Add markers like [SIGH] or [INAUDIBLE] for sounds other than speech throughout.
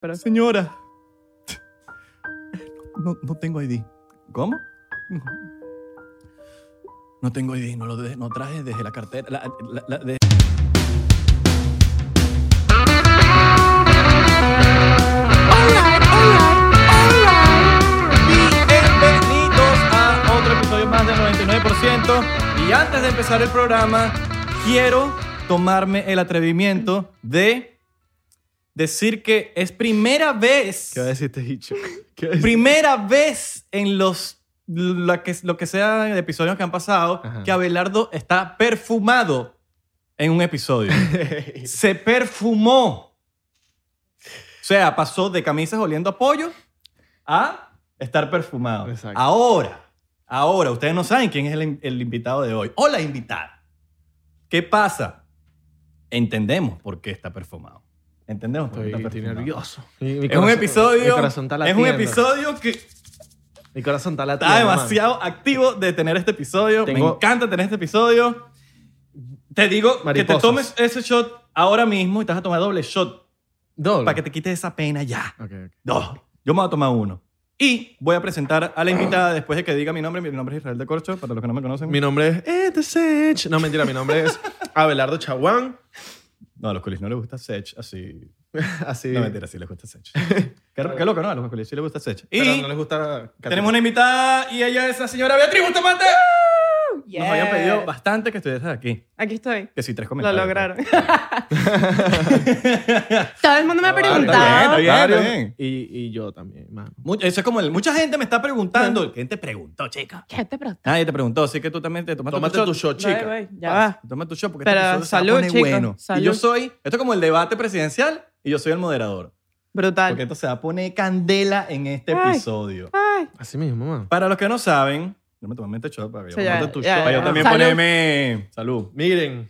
Pero Señora. [LAUGHS] No, no tengo ID. ¿Cómo? No tengo ID, no lo de- no traje desde la cartera. la- la- la- de- Bienvenidos a otro episodio más del 99%. Y antes de empezar el programa, quiero tomarme el atrevimiento de decir que es primera vez. ¿Qué va a decir [LAUGHS] este dicho? Primera vez en los la que, lo que sea de episodios que han pasado Ajá. que Abelardo está perfumado en un [LAUGHS] episodio. Se perfumó. O sea, pasó de camisas oliendo a pollo a estar perfumado. Exacto. Ahora, ahora, ustedes no saben quién es el, el invitado de hoy. Hola, invitada. ¿Qué pasa? Entendemos por qué está perfumado. Entendemos por qué Estoy, está estoy perfumado. nervioso. Es un episodio. Mi corazón está latiendo. Es un episodio que está Mi corazón está latiendo. mano. demasiado activo de tener este episodio. Me Tengo- encanta tener este episodio. Te digo que te Mariposas. tomes ese shot ahora mismo y te vas a tomar doble shot Doble. para que te quites esa pena ya. Ok, ok. Dos. Yo me voy a tomar uno. Y voy a presentar a la invitada después de que diga mi nombre. Mi nombre es Israel de Corcho, para los que no me conocen. Mi nombre es Ed the Sech. No, mentira, mi nombre [LAUGHS] es Abelardo Chaguán. No, a los colis no les gusta Sech, así. [LAUGHS] Así. No, mentira, sí les gusta [LAUGHS] Sech. qué, qué loco, ¿no? A los colis sí les gusta Sech. Y Pero no les gusta. tenemos una invitada y ella es la señora Beatriz Bustamante. Yes. Nos habían pedido bastante que estuvieses aquí. Aquí estoy. Que sí, tres Lo comentarios. [LAUGHS] lograron. Todo el mundo me ha Está Varios, preguntado. bien, está bien, está varios. bien. Y, y yo también, mano. Mucha- eso es como el- mucha gente me está preguntando. ¿Quién te preguntó, chica? ¿Qué te preguntó? Nadie te preguntó, así que tú también te tomaste, Tómate tu shot, Voy, chica. voy, ya va. Toma tu shot porque Pero este episodio se va a salud, poner chicos, bueno. salud. Y yo soy, esto es como el debate presidencial y yo soy el moderador. Porque Brutal. esto se va a poner candela en este Ay. episodio. Ay, Así mismo, mano. Para los que no saben, yo me tomé este shot para que o yo, sea, ya- tómate tu ya- shot. para yo ya. también Salud. ponerme salud. Miren,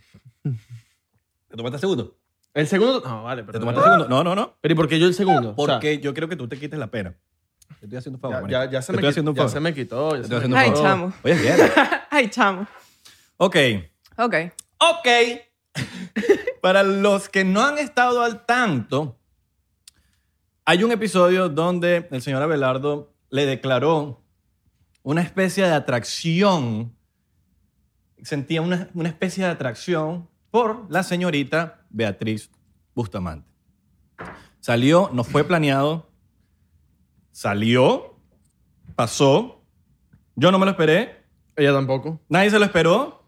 ¿Te tomaste el segundo? el segundo. No, vale, pero. ¿Te tomaste el segundo? No, no, no. Pero ¿y por qué yo el segundo? O sea, Porque yo creo que tú te quites la pena. Te estoy haciendo un favor. ya- marico. ya, ya se Te me estoy qui- haciendo un ya favor. se me quitó. ya Te se estoy haciendo me un Ay, quitó. favor. chamo. Oye, [LAUGHS] bien. Ay, chamo. Ok. Ok. Ok. Para los que no han estado al tanto, hay un episodio donde el señor Abelardo le declaró una especie de atracción, sentía una, una especie de atracción por la señorita Beatriz Bustamante. Salió, no fue planeado, salió, pasó, yo no me lo esperé, Ella tampoco. Nadie se lo esperó.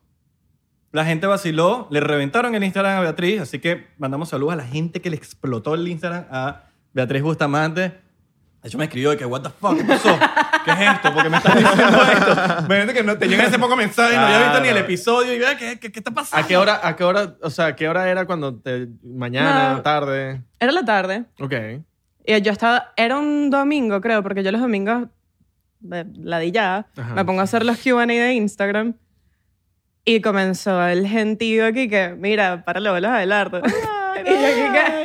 La gente vaciló. Le reventaron el Instagram a Beatriz. Así que mandamos saludos a la gente que le explotó el Instagram a Beatriz Bustamante. De hecho, me escribió de que, ¿What the fuck? ¿Qué pasó? ¿Qué es esto? Porque me estás diciendo esto. Me dice que no, te llegan ese poco mensaje, no había visto ni el Claro. episodio. Y vea, ¿qué, qué, qué está pasando? Ah, ¿A qué hora, a qué hora, o sea, ¿a qué hora era cuando te, mañana, No. tarde? Era la tarde. Ok. Y yo estaba. Era un domingo, creo, porque yo los domingos, de ladillada, Ajá. me pongo a hacer los QA de Instagram. Y comenzó el gentío aquí que, mira, párale bolas a Abelardo. [LAUGHS] y yo,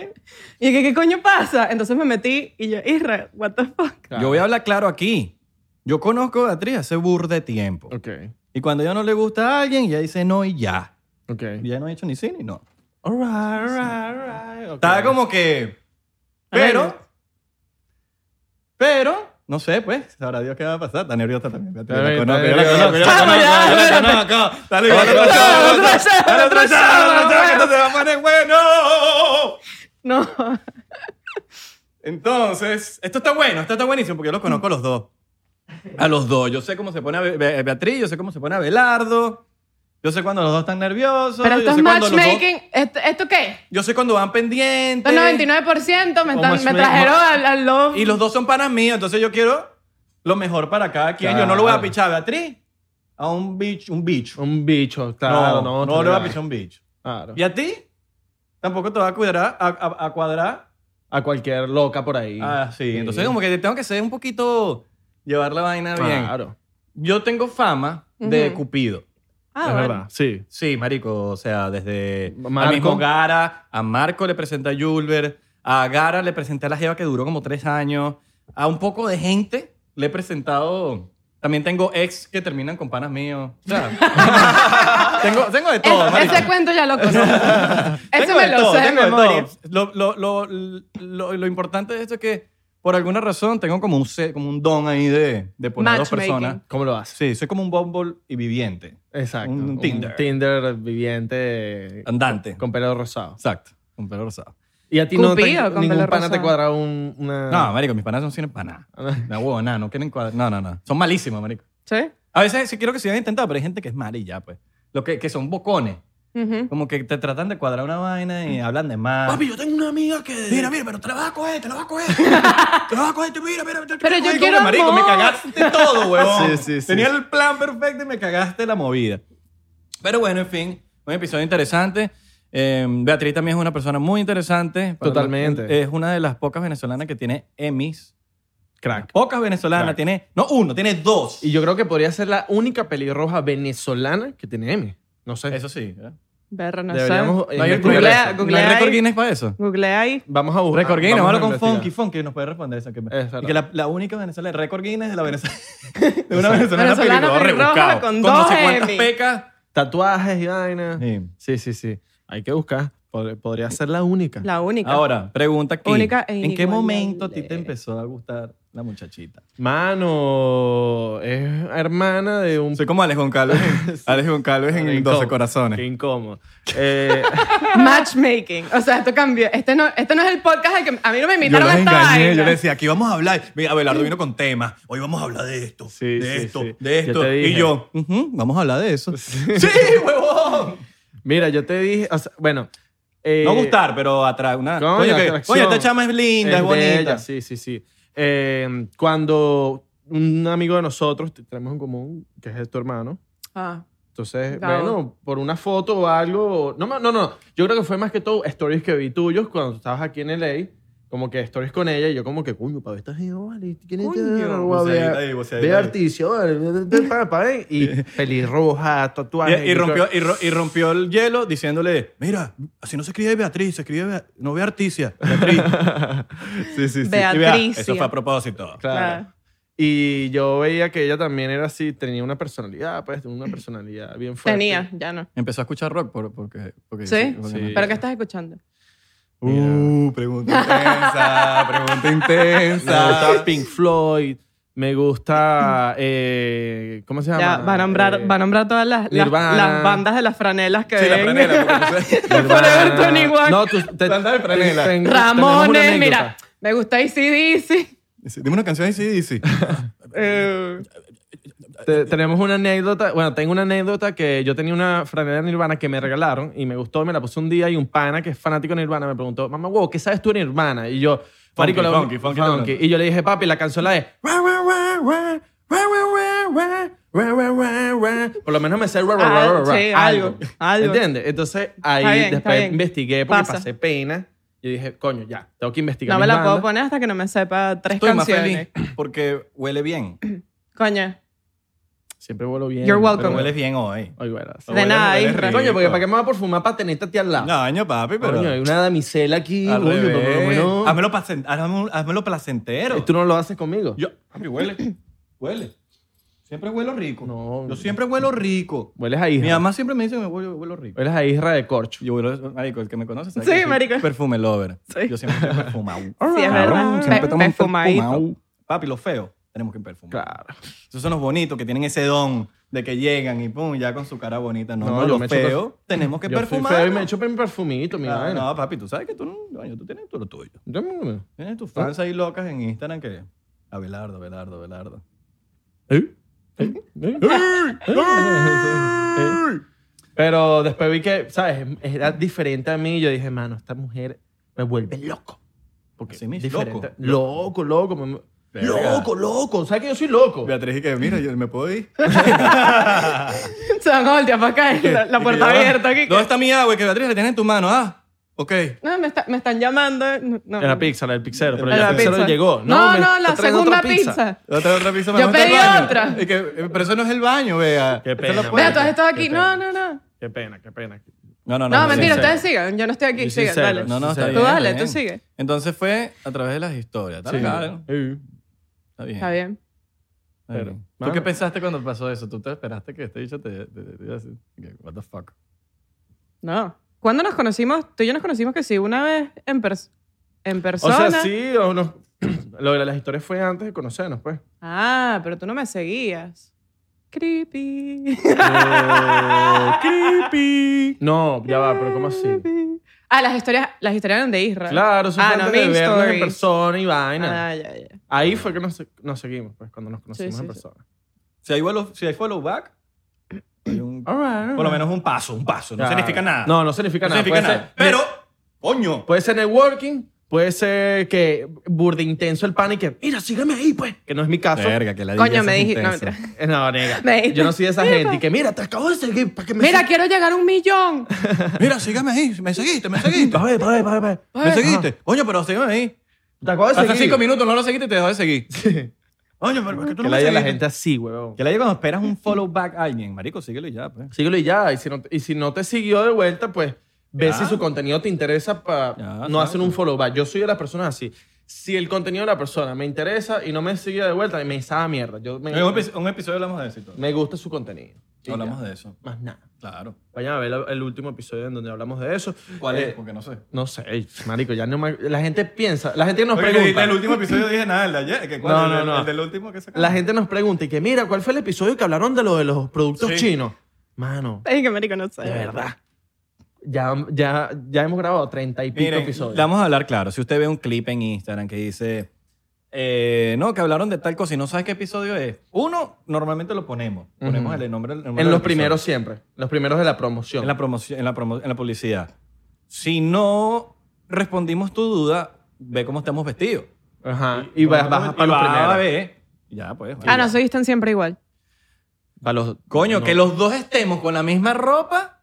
¿qué, qué? Y yo, ¿qué coño pasa? Entonces me metí y yo, Israel, what the fuck. Claro. Yo voy a hablar claro aquí. Yo conozco a Beatriz hace burda de tiempo. Ok, Y cuando ya no le gusta a alguien, ya dice no y ya. ok. Y Ya no he hecho ni sí ni no. All right, all right, all right. ok. Estaba como que. Pero. Pero. No sé, pues. Sabrá Dios qué va a pasar. Está nerviosa también. Beatriz, Está la bien, conozco, está yo la bien, conozco, Ah, yo está la bien. conozco, yo la conozco. Dale, dale, dale, dale, dale, dale, otro shot, otro shot, que esto se va a poner bueno. No. Entonces, esto está bueno, esto está buenísimo porque yo los conozco a los dos. A los dos. Yo sé cómo se pone a Be- Be- Beatriz, yo sé cómo se pone a Belardo. Yo sé cuando los dos están nerviosos. Pero esto yo es sé cuando los dos- matchmaking. ¿Esto, esto qué? Yo sé cuando van pendientes. Esto es 99% me, están, O me matchmaking- trajeron al, al love. Y los dos son panas míos, entonces yo quiero lo mejor para cada quien. Yo no lo voy a Claro. pichar a Beatriz, a un bicho. Un bicho. Un bicho, claro. No, no, no le voy a claro. pichar a un bicho. Claro. Y a ti, tampoco te va a cuadrar. A, a- a cuadrar. A cualquier loca por ahí. Ah, sí. Entonces, como que tengo que ser un poquito. llevar la vaina bien. Claro. Yo tengo fama de Ujú. Cupido. ah, es bueno. verdad. Sí. Sí, marico, o sea, desde Marco. a mismo Gara, a Marco le presenté a Julber, a Gara le presenté a la jeva que duró como tres años, a un poco de gente le he presentado También tengo ex que terminan con panas míos. O sea, [LAUGHS] tengo, tengo de todo, Ese- marico. ese cuento ya [LAUGHS] lo conozco. Ese Tengo me de lo todo, sé de tengo de memoria. todo. Lo, lo, lo, lo- lo importante de esto es que, por alguna razón, tengo como un, se- como un don ahí de, de poner dos Matchmaking. personas. ¿Cómo lo haces? Sí, soy como un Bumble y viviente. Exacto. Un Tinder. Tinder viviente Andante. con pelo rosado. Exacto. Con pelo rosado. Y a ti no Cupido te, con ningún pelo pana rosado. te cuadra un, una... No, marico, mis panas no sirven para nada. No, huevo, nada, no quieren cuadrar. No, no, no. Son malísimos, marico. ¿Sí? A veces sí quiero que se hayan intentado, pero hay gente que es mala y ya, pues. Lo que, que son bocones. Ujú. Como que te tratan de cuadrar una vaina y hablan de más. Papi, yo tengo una amiga que. Mira, mira, pero te la vas a coger, te la vas a [LAUGHS] coger. te la vas a coger, te- mira, mira. te- te- Pero te- yo Ay, quiero coño, marico, me amor. cagaste [LAUGHS] todo, huevón. Sí, sí, sí. Tenía el plan perfecto y me cagaste la movida. Pero bueno, en fin, un episodio interesante. Eh, Beatriz también es una persona muy interesante. Para- Totalmente. Es una de las pocas venezolanas que tiene Emmys. Crack. Pocas venezolanas. Crack. Tiene, no uno, tiene dos. Y yo creo que podría ser la única pelirroja venezolana que tiene M. No sé. Eso sí. ¿eh? Berro, no Deberíamos... sé. eh, No hay, investigar Googlea- eso. no hay googlea récord ahí. Guinness para eso. Google ahí. Vamos a buscar. Récord Guinness, vamos hablo a con investigar. Funky, Funky nos puede responder eso. Que, verdad. y que la, la única venezolana, el récord Guinness de la venezolana. [LAUGHS] de una venezolana, Venezolana pelirroja pelirroja rebuscado, con no dos sé cuántas Emmy. pecas. Tatuajes y vainas. Sí. Sí, sí, sí. Hay que buscar. Pod- Podría ser la única. La única. Ahora, pregunta aquí. Única e ¿En qué inigualable. momento a ti te empezó a gustar la muchachita? Mano, es hermana de un... Soy como Alex [LAUGHS] Goncalves. Alex Goncalves Qué en incómodo. 12 corazones. Qué incómodo. Eh, [LAUGHS] Matchmaking. O sea, esto cambió. Este no, este no es el podcast al que a mí no me Yo invitaron los a esta engañé, vaina. yo le decía, aquí vamos a hablar. Mira, Abelardo vino con temas. Hoy vamos a hablar de esto, Sí, de sí, esto, sí. de Yo esto. te dije. Y yo, "Ujú, vamos a hablar de eso. [LAUGHS] ¡Sí, huevón! mira, yo te dije... o sea, bueno... eh, no gustar, pero atraer una... coño, Coño, que, atracción. coño, esta chama es linda, es, es bonita. bella, sí, sí, sí. Eh, cuando un amigo de nosotros, te- tenemos en común, que es tu hermano, Ah, entonces, Gabo. bueno, por una foto o algo. No, ma- no, no. Yo creo que fue más que todo stories que vi tuyos cuando estabas aquí en LA. Como que stories con ella y yo como que, coño, para esta gente, vale, ¿quién es Coño. esta? O sea, Ve- ahí, o sea, Ve ahí. articia, vale, ve- ve- ve- pa- pa- eh. [LAUGHS] y pelirroja, Y, tatuaje. y rompió, y, ro- y rompió el hielo diciéndole, mira, así no se escribe Beatriz, se escribe, Bea- no Beatricia, [LAUGHS] Beatriz. Sí, sí, sí. Beatriz. Y vea, Eso fue a propósito. Claro. Claro. Y yo veía que ella también era así, tenía una personalidad, pues, una personalidad bien fuerte. tenía, ya no. Empezó a escuchar rock por, porque, porque... ¿Sí? porque Sí. no. ¿Pero qué estás escuchando? Uh, pregunta intensa, [LAUGHS] pregunta Me gusta intensa. Pink Floyd, me gusta. eh, ¿Cómo se llama? Ya, va a nombrar, Eh, va a nombrar todas las, las, Nirvana. las bandas de las franelas que Sí, la ven. franela. [LAUGHS] porque- Nirvana. Forever 21. No, tú, te, Banda de franela. ten- tenemos una Ramones, anécdota. mira. Me gusta Eh, ACDC. Dice, Dime una canción ahí, sí, [LAUGHS] dice. Eh, Te- tenemos una anécdota. Bueno, tengo una anécdota que yo tenía una franela de Nirvana que me regalaron y me gustó. Me la puse un día y un pana que es fanático de Nirvana me preguntó, mamá, wow, ¿qué sabes tú de Nirvana? Y yo, "Marico, la- funky, funky, Y yo le dije, papi, la canción la es. "Ra, ra, ra, ra, ra, ra, ra, ra, ra, ra, ra". Por lo menos me sé ra, ra, ra, ra, ra, Ah, sí, algo. algo, algo. ¿Entiendes? Entonces ahí Está bien, está después bien. investigué porque Pasa. pasé pena. Yo dije, coño, ya, tengo que investigar. no me mis la puedo bandas". poner hasta que no me sepa tres Estoy más canciones. feliz porque huele bien. Coño, [LAUGHS] Siempre vuelo bien. You're welcome. Pero pero hueles bien hoy. Ay, gracias. de nada, huele Isra. rico. Coño, porque ¿para qué me va a perfumar para tenerte a ti al lado? No, año papi, pero... Coño, hay una damisela aquí. Al coño, revés. pero por lo menos- Hazmelo placen- hazmelo- hazmelo placentero. ¿Y tú no lo haces conmigo? Yo, papi, huele. [CLEARS THROAT] Huele. Siempre huelo rico. No. Yo siempre huelo rico. Hueles a Isra. Mi mamá siempre me dice que me huelo, huelo rico. Hueles a Isra de corcho. Yo huelo, marico, el que me conoce sabe Sí, que soy marico. Perfume lover. Sí. Yo siempre estoy perfumado. [LAUGHS] Sí, es verdad. Siempre Pe- tomo un perfumadito. perfumado. Papi, los feos tenemos que perfumar. Claro. Esos son los bonitos que tienen ese don de que llegan y pum, ya con su cara bonita. No, No, no, yo me los echo feos tenemos que Yo fui perfumar. feo y me echo mi perfumito, mi Ah, vaina. no, papi, tú sabes que tú, no- coño, tú tienes todo lo tuyo. Yo me- Tienes tus fans ahí locas en Instagram que... Abelardo, Abelardo, Abelardo. ¿Eh? ¿Eh? ¿Eh? ¿Eh? Pero después vi que, ¿sabes? Era diferente a mí y yo dije, mano, esta mujer me vuelve loco. Porque Así mismo, diferente. loco. Loco, loco. me- Verga. Loco, loco. ¿Sabes que yo soy loco? Beatriz y que, mira, yo me puedo ir. Se van a voltear para acá. La, la Y que puerta ya va. abierta aquí. ¿Dónde está mi agua? Que Beatriz la tienes en tu mano. Ah, ok. No, me, está- me están llamando. No, no. Era Pixar, el Pixero. Pero Era ya el Pixar. Pixar llegó. No, me no, la está trayendo segunda otra pizza. Otra, otra pizza me Yo gusta el pedí baño. otra. Y que, eh, pero eso no es el baño, vea. Qué Eso pena, no puede- Mira, tú has estado Qué aquí. pena. No, no, no. Qué pena, qué pena. No, no, no. No, no, mentira, sí. ustedes sigan. Yo no estoy aquí. Yo Sigan, sincero, dale. No, no, está Tú bien, dale, está tú bien. sigue. Entonces fue a través de las historias. Está bien, Eh, Está bien. Está bien. Pero, ¿Tú mano. qué pensaste cuando pasó eso? ¿Tú te esperaste que este dicho te, te- te iba a decir? que, What the fuck? No. ¿Cuándo nos conocimos? Tú y yo nos conocimos que sí, una vez en, pers- en O persona. sea, sí, o no- [CLEARS THROAT] lo de las historias fue antes de conocernos, [LAUGHS] pues. Ah, pero tú no me seguías. Creepy. Eh, creepy. No, ya va, pero ¿cómo así? Ah, las historias, las historias eran de Israel. Claro, eso Ah, fue no, antes de mi vernos en story. persona y vaina. Ah, ya, ya. Ahí fue que nos, nos seguimos, pues, cuando nos conocimos sí, en sí. persona. Si hay, follow, si hay follow back, hay un- All right, all right. por lo menos un paso, un paso. No Claro. significa nada. No, no significa Ah. No nada. significa Puede nada. ser- Pero, coño. Puede ser networking, puede ser que burde intenso el pan y que, mira, sígueme ahí, pues. Que no es mi caso. que la Coño, me dijiste. No, mentira. [LAUGHS] Eh, No, nega. Me dijiste, Yo no soy de esa "Mira, gente. pa". Y que, mira, Mira, te acabo de seguir para que me Mira, quiero llegar a un millón. [LAUGHS] sig- Mira, sígueme ahí. Me seguiste, me seguiste. pa' ver, pa' ver, pa' ver, pa' ver. Me seguiste. Coño, pero sígueme ahí. Te acabo de Hace seguir. [LAUGHS] cinco minutos no lo seguiste y te dejó de seguir. Oye, pero ¿por qué tú no Que me la haya la seguiste? gente así, huevón. Que le digo cuando esperas un follow back a alguien. Marico, síguelo y ya, pues. Síguelo y ya. Y si no, y si no te siguió de vuelta, pues ve Ya. si su contenido te interesa para Ya, no exacto. hacer un follow back. Yo soy de las personas así. Si el contenido de la persona me interesa y no me sigue de vuelta, me sabe a mierda. Yo me, En un, epi- un episodio hablamos de eso y todo. me gusta su contenido. Y Hablamos ya. de eso. Más nada. Claro. Vayan a ver el- el último episodio en donde hablamos de eso. ¿Cuál Eh, es? Porque no sé. No sé, ey, marico, ya no me- La gente piensa, la gente nos Porque pregunta. el último episodio dije nada, el de ayer. Que, ¿cuál? No, El- no, el, no. el del último que sacamos. La gente nos pregunta y que mira, ¿cuál fue el episodio que hablaron de lo de los productos Sí. chinos? Mano, Ay, que marico, no sé. de verdad. Ya, ya, ya hemos grabado treinta y pico Miren, episodios. Vamos a hablar claro. Si usted ve un clip en Instagram que dice, eh, no, que hablaron de tal cosa y no sabes qué episodio es. Uno, normalmente lo ponemos. Ponemos Ujú. el nombre. el nombre En del los episodio. primeros siempre. Los primeros de la promoción. En la, promoción, en, la promo- en la publicidad. Si no respondimos tu duda, ve cómo estamos vestidos. Ajá. Y, vas, bajas para Y los vas a primeros. ver. Ya, pues. Ah, bueno. no, se visten siempre igual. Pa' los- Coño, no. que los dos estemos con la misma ropa,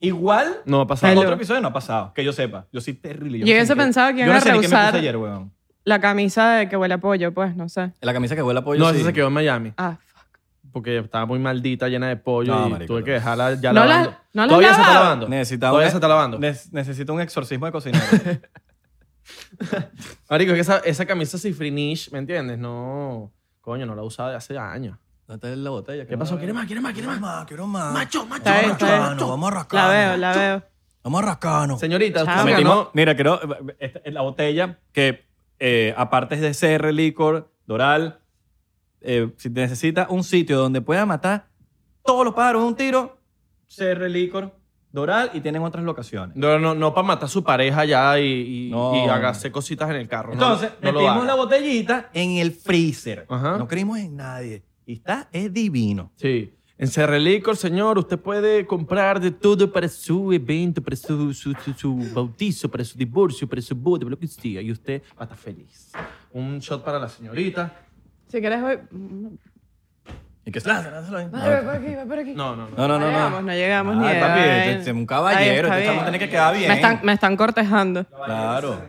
igual. No ha pasado. En Hello. otro episodio no ha pasado, que yo sepa. Yo soy terrible. Yo no sé hubiese ni qué- pensado que yo iban no a sé ni qué me rehusar- puse ayer, weón. La camisa de que huele a pollo, pues, no sé. La camisa que huele a pollo. No, sí. esa se quedó en Miami. Ah, fuck. Porque estaba muy maldita, llena de pollo No, y marico, tuve no. que dejarla ya No la- lavando. no la Todavía se está lavaba. lavando. Necesita Todavía un- se está lavando. Ne- necesito un exorcismo de [LAUGHS] cocinero. Marico, es que esa, esa camisa cifrinish, ¿me entiendes? No, coño, no la usaba de hace años. ¿Dónde la botella? ¿Qué pasó? ¿Quieres más? Quiero más, quiero más. Quiero Ah. más. Macho, macho, Está bien, macho. está bien. Mano, Vamos a La rascarnos. veo, la veo. Vamos a rascarnos. Señorita, usted Chao. se Metimos- ganó. Mira, creo. esta- La botella, que eh, aparte es de CR Licor, Doral. eh, si te necesita un sitio donde pueda matar todos los pájaros de un tiro, CR Licor, Doral y tienen ototras locaciones. No, no, no para matar a su pareja ya y, y, No. y hacerse cositas en el carro. No, Entonces, no, lo metimos haga. la botellita en el freezer. Ajá. No creímos en nadie. Y está, es divino. Sí. En Cerrelicor, señor, usted puede comprar de todo para su evento, para su, su, su- su bautizo, para su divorcio, para su boda, lo que sea. Y usted va a estar feliz. Un shot para la señorita. Si quieres, voy. ¿Y qué está? Lánzalo ahí. Madre, voy por aquí, voy por aquí. No, no, no. No, no, no. No no. llegamos, no llegamos ni Ay, de papi, vaina. este es un Ay, caballero. está Este chamo bien. tiene que quedar bien. Me están, me están cortejando. Claro.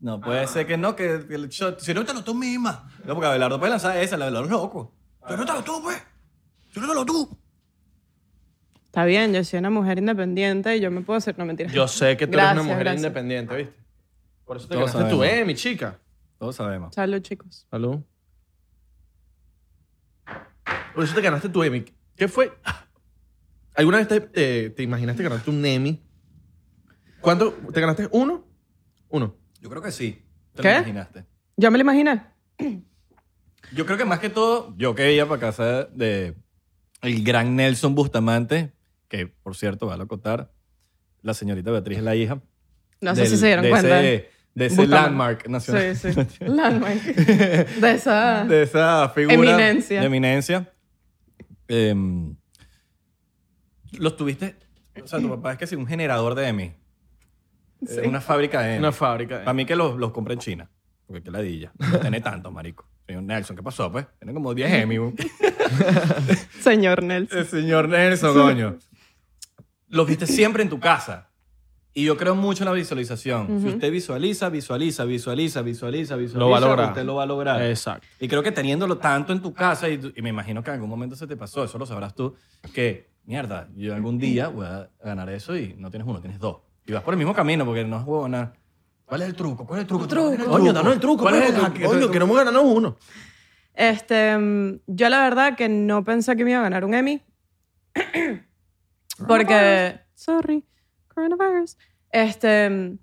No puede ser que no, que que el shot. Si no, Ciérratelo tú misma. no, porque Abelardo puede lanzar esa, la Abelardo es loco. Ciérratelo tú, pues. Ciérratelo tú. Está bien, yo soy una mujer independiente y yo me puedo hacer. No, mentira. Yo sé que tú eres una Gracias, mujer gracias. independiente, ¿viste? Por eso te Todos ganaste tu sabemos. Emmy, chica. Todos sabemos. Salud, chicos. Salud. Por eso te ganaste tu Emmy. ¿Qué fue? ¿Alguna vez te, eh, te- te imaginaste ganarte un Emmy? ¿Cuánto? ¿Te ganaste uno? Uno. Yo creo que sí. Te ¿Qué? lo imaginaste. Yo me lo imaginé. Yo creo que más que todo, yo que iba para casa de el gran Nelson Bustamante, que por cierto, va a acotar, la señorita Beatriz es la hija. No sé del- si se dieron de cuenta. Ese, de ese Bustamante. landmark nacional. Sí, sí. Landmark. De esa. [LAUGHS] de esa figura. Eminencia. de eminencia. Em, los tuviste. O [CLEARS THROAT] sea, tu papá es que sí, un generador de EMI. Eh, Sí. Una fábrica de EMI. Una fábrica. Para mí que los, los compré en China. Porque qué ladilla. No tiene tantos, [LAUGHS] marico. Señor Nelson, ¿qué pasó, pues? Tiene como 10 EMI. weón. Señor Nelson. El señor Nelson, coño. Los viste siempre en tu casa. Y yo creo mucho en la visualización. Si Ujú. usted visualiza, visualiza, visualiza, visualiza, visualiza, Lo va a lograr. Eh. usted lo va a lograr. Exacto. Y creo que teniéndolo tanto en tu casa, y, y me imagino que en algún momento se te pasó, eso lo sabrás tú, que mierda, yo algún día voy a ganar eso y no tienes uno, tienes dos. Y vas por el mismo camino porque no es huevona. ¿Cuál es el truco? ¿Cuál es el truco? Coño, danos el truco. ¿Cuál pues, es el ja- truco? Coño, queremos ganarnos uno. Este, mm, yo la verdad que no pensé que me iba a ganar un Emmy. [CLEARS THROAT] porque. Sorry, coronavirus. Este. mm,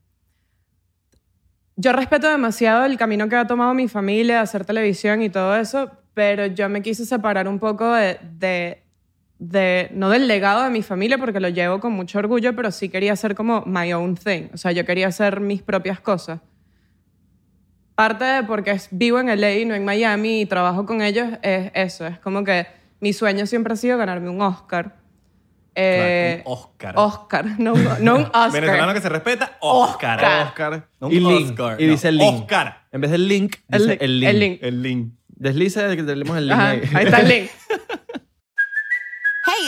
Yo respeto demasiado el camino que ha tomado mi familia, de hacer televisión y todo eso, pero yo me quise separar un poco de- de, de, no del legado de mi familia, porque lo llevo con mucho orgullo, pero sí quería hacer como my own thing. O sea, yo quería hacer mis propias cosas. Parte de porque es- vivo en LA y no en Miami y trabajo con ellos es eso. Es como que mi sueño siempre ha sido ganarme un Oscar. Eh, Claro, un Oscar. Oscar, no, un- no un Oscar. Venezolano que se respeta, Oscar. Oscar. No un y link. Oscar, y no. dice link. Oscar. En vez de link, dice el, link. el link. El link. Desliza desde que tenemos el link Ajá, ahí. ahí está el link. Hey,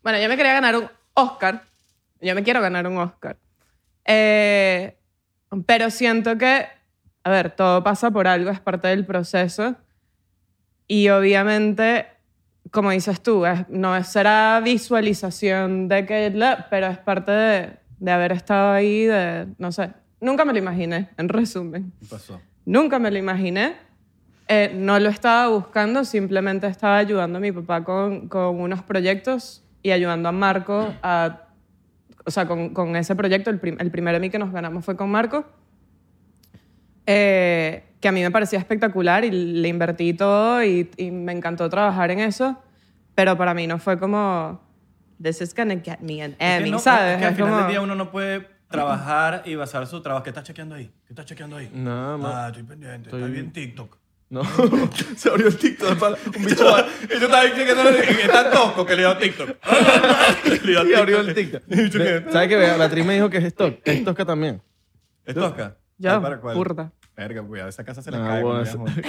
Bueno, yo me quería ganar un Oscar. Yo me quiero ganar un Oscar. Eh, pero siento que, a ver, todo pasa por algo, es parte del proceso. Y obviamente, como dices tú, es- no es- será visualización de que, la- pero es parte de, de haber estado ahí, de, no sé, nunca me lo imaginé, en resumen. ¿Qué pasó? Nunca me lo imaginé. Eh, no lo estaba buscando, simplemente estaba ayudando a mi papá con, con unos proyectos y ayudando a Marco a... O sea, con, con ese proyecto, el, prim- el primer Emmy que nos ganamos fue con Marco, eh, que a mí me parecía espectacular y le invertí todo y, y me encantó trabajar en eso, pero para mí no fue como... This is gonna get me an Es que Emmy, no, ¿sabes? Es que al Es final como- del día uno no puede trabajar y basar su trabajo. ¿Qué estás chequeando ahí? ¿Qué estás chequeando ahí? No, ma- Ah, estoy pendiente. Estoy bien TikTok. [LAUGHS] No. [LAUGHS] Se abrió el TikTok de pala. Un bicho va- Y yo estaba diciendo que está tosco que le dio TikTok. [LAUGHS] Y abrió el TikTok. dicho Ve- que- ¿Sabes qué? Beatriz me dijo que es stock. Es stock también. ¿Es tosca? Ya, Ay, ¿para cuál? burda. Verga, cuidado, esa casa se No, la cae. Ah, pues, bueno, cuando eso-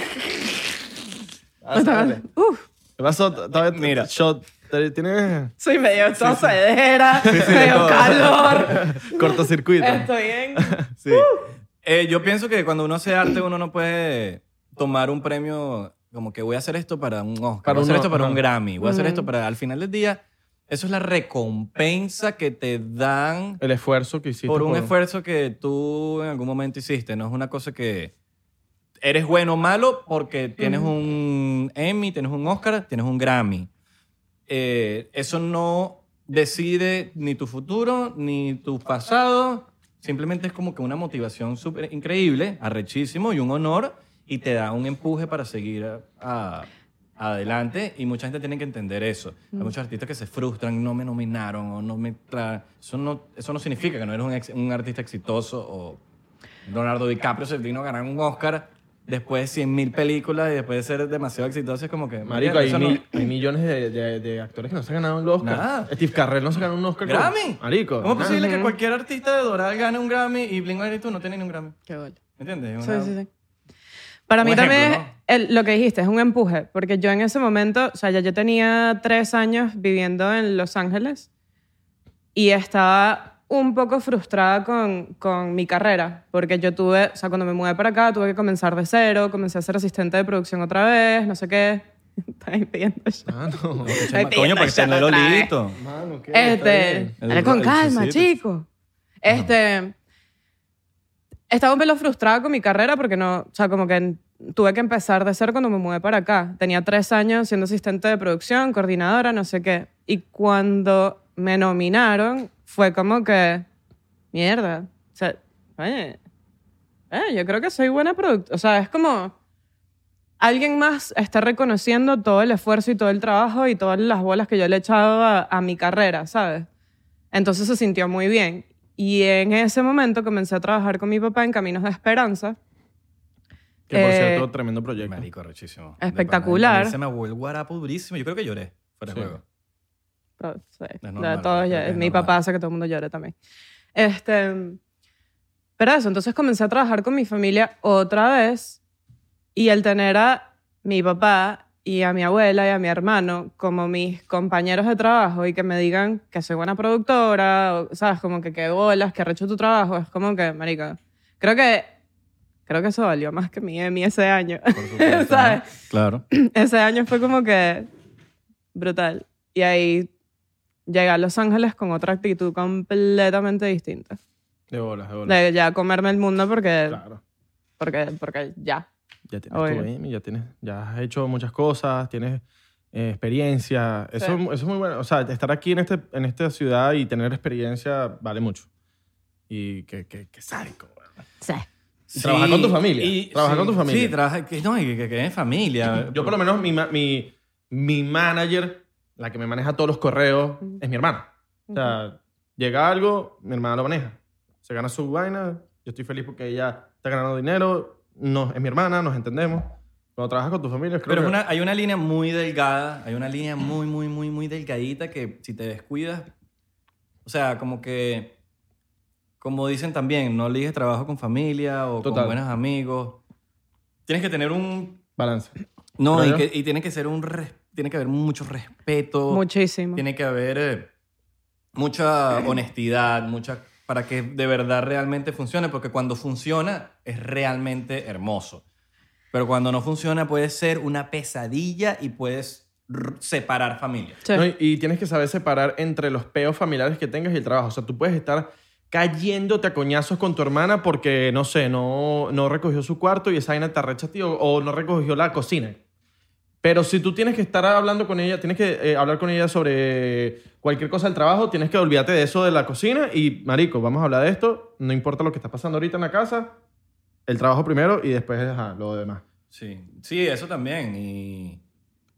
veamos. [LAUGHS] Ah, dale. Uf, ¿Qué pasó? Todavía te- Mira. Shot. Te- Tienes soy medio tosedera, sí, de medio todo. [LAUGHS] calor. [LAUGHS] cortocircuito. Estoy en. Sí. Eh, yo pienso que cuando uno hace arte, uno no puede tomar un premio como que voy a hacer esto para un Oscar, Para voy a hacer un- esto para ajá. un Grammy, voy a hacer esto para... Al final del día, eso es la recompensa que te dan El pues. esfuerzo que hiciste. por un esfuerzo que tú en algún momento hiciste. No es una cosa que eres bueno o malo porque tienes un Emmy, tienes un Oscar, tienes un Grammy. Eh, eso no decide ni tu futuro ni tu pasado. Simplemente es como que una motivación súper increíble, arrechísimo y un honor y te da un empuje para seguir a- a- adelante y mucha gente tiene que entender eso. Hay muchos artistas que se frustran, no me nominaron o no me... tra- Eso no, eso no significa que no eres un, ex- un artista exitoso o Leonardo DiCaprio se vino a ganar un Oscar después de 100.000 películas y después de ser demasiado exitoso. Es como que... Marico, mira, hay, eso no- mil- hay millones de, de- de actores que no se han ganado el Oscar. Nada. Steve Carrell no se ganó un Oscar. con- Grammy. Marico. ¿Cómo es nada. posible que cualquier artista de Doral gane un Grammy y Blink tú no tiene ni un Grammy? Qué bueno. ¿Me entiendes? Sí, Una- sí, sí. Para Un mí ejemplo, también ¿no? el- lo que dijiste es un empuje, porque yo en ese momento, o sea, ya yo tenía tres años viviendo en Los Ángeles y estaba un poco frustrada con, con mi carrera, porque yo tuve, o sea, cuando me mudé para acá tuve que comenzar de cero, comencé a ser asistente de producción otra vez, no sé qué. [LAUGHS] Estaba impidiendo ya. Ah, [LAUGHS] no. Chama, Coño, para que te lo listo. Mano, ¿qué? Este, El- dale con el calma, suicidio. chico. Este, estaba un pelo frustrada con mi carrera porque no, o sea, como que en- tuve que empezar de ser cuando me mudé para acá. Tenía tres años siendo asistente de producción, coordinadora, no sé qué. Y cuando me nominaron fue como que, mierda, o sea, oye, eh, yo creo que soy buena productora. O sea, es como alguien más está reconociendo todo el esfuerzo y todo el trabajo y todas las bolas que yo le he echado a, a mi carrera, ¿sabes? Entonces se sintió muy bien. Y en ese momento comencé a trabajar con mi papá en Caminos de Esperanza. Que por Eh, cierto, tremendo proyecto. Marico, rechísimo. De pana, a Espectacular. mí Se me abueló guarapo durísimo. Yo creo que lloré. Fuera de Sí. juego. Pero, sí, de normal, todos creo ya- que es mi normal. papá hace que todo el mundo llore también. Este, pero eso, entonces comencé a trabajar con mi familia otra vez y el tener a mi papá y a mi abuela y a mi hermano como mis compañeros de trabajo y que me digan que soy buena productora, o, ¿sabes? Como que qué bolas, que recho tu trabajo. Es como que, marica, creo que, creo que eso valió más que mi Emmy ese año. [LAUGHS] ¿Sabes? Claro. ese año fue como que brutal. Y ahí llegué a Los Ángeles con otra actitud completamente distinta. De bolas, de bolas. De ya comerme el mundo porque, Claro. porque, porque ya. Ya tienes Obvio. tu Emmy, ya, tienes, ya has hecho muchas cosas, tienes eh, experiencia. Eso, Sí. eso es muy bueno. O sea, estar aquí en, este, en esta ciudad y tener experiencia vale mucho. Y que, que, que sádico, weón. Trabajar con tu familia. Trabajar con tu familia. Sí, trabajar. que- No, y que, que, que en familia. Yo por lo menos, mi, ma- mi, mi manager, la que me maneja todos los correos, es mi hermana. O sea, llega algo, mi hermana lo maneja. Se gana su vaina, yo estoy feliz porque ella está ganando dinero, no, es mi hermana, nos entendemos. Cuando trabajas con tu familia, creo Pero es que- una- hay una línea muy delgada, hay una línea muy, muy, muy, muy delgadita que si te descuidas, o sea, como que, como dicen también, no eliges trabajo con familia o Total. con buenos amigos. Tienes que tener un... balance. No, y, Claro. que- y tiene que ser un... res- tiene que haber mucho Oh, respeto. Muchísimo. Tiene que haber eh, mucha honestidad, mucha para que de verdad realmente funcione, porque cuando funciona es realmente hermoso. Pero cuando no funciona puede ser una pesadilla y puedes r- separar familia. Sí. No, y, y tienes que saber separar entre los peos familiares que tengas y el trabajo. O sea, tú puedes estar cayéndote a coñazos con tu hermana porque, no sé, no, no recogió su cuarto y esa vaina te arrecha, tío, o no recogió la cocina. Pero si tú tienes que estar hablando con ella, tienes que eh, hablar con ella sobre cualquier cosa del trabajo, tienes que olvidarte de eso de la cocina y, marico, vamos a hablar de esto, no importa lo que está pasando ahorita en la casa, el trabajo primero y después ajá, lo demás. Sí, sí, eso también. Y,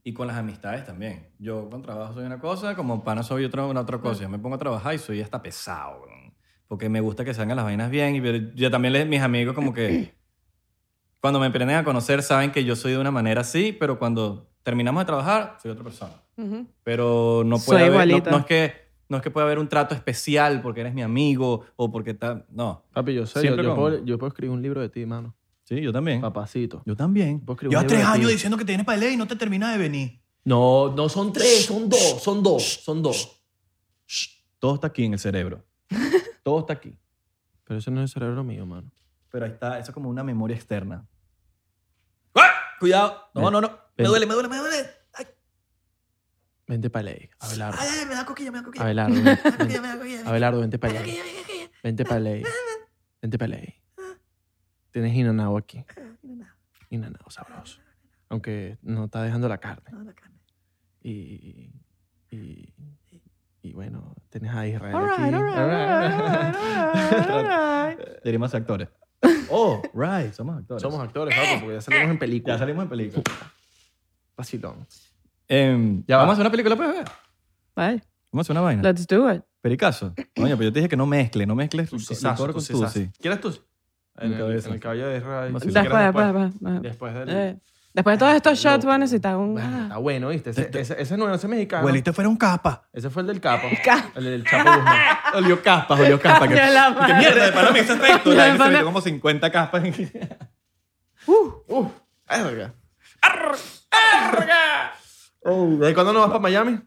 y con las amistades también. Yo con trabajo soy una cosa, como pana soy otra, una otra cosa. Yo me pongo a trabajar y soy hasta pesado, weón. porque me gusta que salgan las vainas bien. Y pero yo también les- mis amigos como que [CLEARS THROAT] cuando me emprenden a conocer saben que yo soy de una manera así, pero cuando terminamos de trabajar soy otra persona. Ujú. Pero no Soy puede haber, no, igualita. no es que no es que pueda haber un trato especial porque eres mi amigo o porque tal. No. Papi, yo sé, yo, Siempre yo con- puedo, yo puedo escribir un libro de ti, mano. Sí, yo también. Papacito. Yo también. Puedo escribir un Llevas tres libro de ti. años diciendo que te vienes para LA y no te termina de venir. No, no son tres, son dos, son dos, son dos. Todo está aquí en el cerebro. Todo está aquí. Pero eso no es el cerebro mío, mano. Pero ahí está, eso es como una memoria externa. ¡Ah! Cuidado. No, no, no. Me duele, me duele, me duele. Vente para ley, Abelardo. Ay, ay, me da coquilla, me da coquilla. Abelardo, vente, Me da coquilla, vente. me da coquilla. Abelardo, vente para Me da ley. coquilla, me da coquilla. Vente para ley. Vente para ley. Tienes Inanao aquí. Inanao sabroso. Aunque no está dejando la carne. No, la carne. Y. Y, y bueno, tienes a Israel All aquí. right, all right, all right, all right, all right, all [LAUGHS] right. Diríamos ser [LAUGHS] actores. Oh, right, somos actores. Somos actores, loco, porque ya salimos en Ya película. salimos en película. Vacilón. ya vamos a hacer una película, pues. ve. Vale, Vamos a hacer una vaina. let's do it. Pericazo. Coño, pero yo te dije que no mezcle, no mezcles tu Sisazo, licor con sisazo. tu sí. ¿Quieres tú? En Mi el, cabeza. en el caballo de Israel. Vacilón. Si Después, quieres después, después. después. pues. Después del. Eh, después de todos estos shots Loco. voy a necesitar un... Bueno, Está ah. bueno, ¿viste? Ese, ese, ese es nuevo, ese es mexicano. este Abuelito fuera un [LAUGHS] capa. Ese fue el del capo. El del Chapo Guzmán. [LAUGHS] Olió caspas, olió caspas. Ya la madre. Mierda, de pana me hizo recto. Ya, La de gente se pana- metió como 50 caspas. en- Uh, ay, verga. Oh, ¿Desde cuándo no vas para Miami?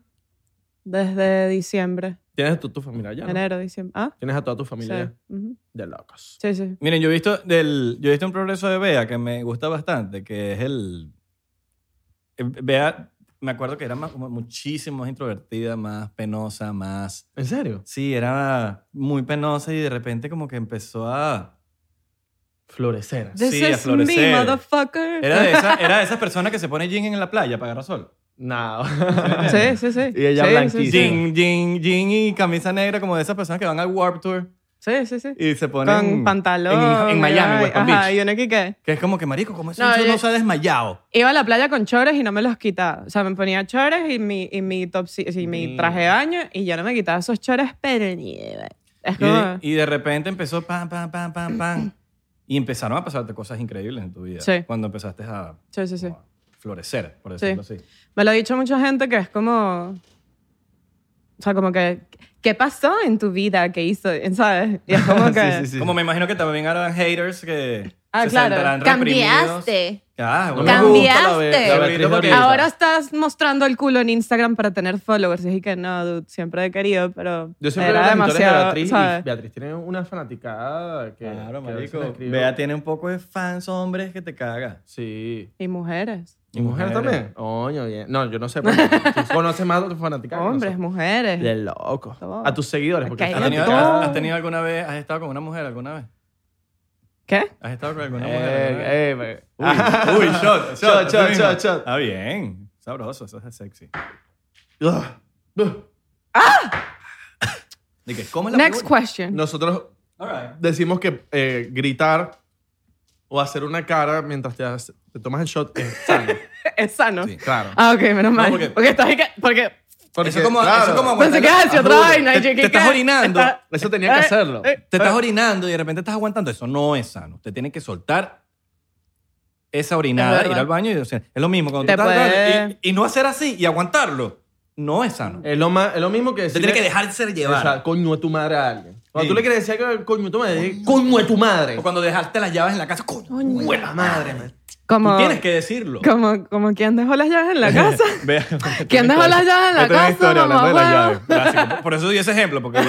Desde diciembre, Tienes tu, tu familia allá, ¿no? enero, diciembre. Ah, Tienes a toda tu sí. familia ujú. de locos. Sí, sí. Miren, yo he visto del, yo he visto un progreso de Bea que me gusta bastante, que es el eh, Bea, me acuerdo que era más, como muchísimo más introvertida, más penosa, más ¿En serio? sí, era muy penosa y de repente como que empezó a Florecer. This Sí, a is me, florecer. motherfucker. era de esa, era de esas personas que se pone jean en la playa para agarrar sol. [LAUGHS] No. Sí, sí, sí. Y ella sí, blanquísima. Sí, Jean, jean, jean y camisa negra como de esas personas que van al Warp Tour sí, sí. sí, sí. y se ponen Con pantalón. en, en Miami, ay, West Palm Ajá, Beach. y uno que qué. Que es como que marico, como eso No, no, yo- se ha desmayado. Iba a la playa con chores y no me los quitaba. O sea, me ponía chores y mi, y mi, top, y mi Mm. traje de baño y yo no me quitaba esos chores, pero ni... Es Y de, como... y de repente empezó pam, pam, pam, pam, pam. Y empezaron a pasarte cosas increíbles en tu vida. Sí. Cuando empezaste a, Sí, sí, sí. a florecer, por Sí. decirlo así. Me lo ha dicho mucha gente que es como. O sea, como que. ¿Qué pasó [LAUGHS] en tu vida? ¿Qué hizo? ¿Sabes? [LAUGHS] Y es como que. Sí. Como me imagino que también eran haters que... Ah, se claro. saldrán Cambiaste. reprimidos. Ah, No bueno. me gusta la be- Cambiaste. la Beatriz Ahora- Rodríguez. Ahora estás mostrando el culo en Instagram para tener followers. Y dije que no, dude, siempre he querido, pero Yo siempre era veo las historias demasiado, de Beatriz y ¿sabes? Beatriz tiene una fanaticada que... Claro, que a veces marico. le escribo. Bea tiene un poco de fans hombres que te caga. Sí. Y mujeres. ¿Y mujer Mujeres. también? Coño, bien. No, yo no sé. Pero [LAUGHS] tú conoces más a tus fanáticas. Hombres, mujeres. De loco. Todo. A tus seguidores. Porque Ok. ¿Has están tenido, fanaticadas. has- has tenido alguna vez, has estado con una mujer alguna vez? ¿Qué? ¿Has estado con alguna mujer? alguna vez? Eh, eh, eh. [LAUGHS] Uy, uy, shot, shot, Shot, tú shot, misma. shot, shot. Ah, bien. Sabroso, eso es sexy. eh, [LAUGHS] De que, ¿cómo es la Next pregunta? question. Nosotros All right. decimos que eh, gritar o hacer una cara mientras te, haces- te tomas el shot es [LAUGHS] sano. [LAUGHS] Es sano. Sí. claro. Ah, ok, menos mal. porque- porque... estás ahí que... Porque Porque, Eso es como, claro, eso es como pensé que aguantar- ibas a decir otra Ajá. vaina. y Te, yo, te ¿qué? estás orinando. Está- Eso tenía que Eh, hacerlo. eh. Te estás orinando y de repente estás aguantando. Eso no es sano. Usted tiene que soltar esa Es orinada, verdad. ir al baño y o sea, es lo mismo. Cuando Te tú estás puede- Eh, hablando y, y no hacer así y aguantarlo no es sano. Es lo, más, es lo mismo que Usted tiene decir. que dejarse llevar. coño a tu madre a alguien. Cuando Sí. tú le quieres decir algo, coño a tu madre, di, coño a tu madre. O cuando dejaste las llaves en la casa, coño, Buena madre, man. Como, tú tienes que decirlo. como, como quien dejó las llaves [LAUGHS] en la casa. Vea, ¿Quién dejó las llaves en la Yo tengo una casa, historia hablando de las mamá? llaves. Clásico. Por- Por eso di ese ejemplo. Porque...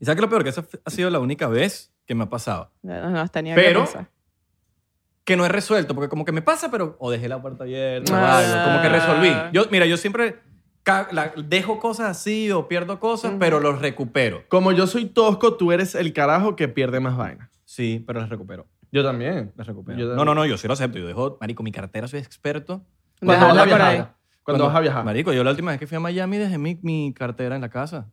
y sabes que lo peor, que esa ha sido la única vez que me ha pasado. No, no, tenía Pero- que pensar. que no he resuelto, porque como que me pasa, pero o dejé la puerta abierta, o Ah. algo, como que resolví. Yo, mira, yo siempre ca- la- dejo cosas así o pierdo cosas, pero los recupero. Como yo soy tosco, tú eres el carajo que pierde más vaina. Sí, pero las recupero. Yo también. Las recupero. Yo también. no, no, no, yo sí lo acepto. Yo dejo, marico, mi cartera, soy experto. Cuando Dejarla vas a por ahí. viajar. Cuando vas a viajar. Marico, yo la última vez que fui a Miami dejé mi, mi cartera en la casa.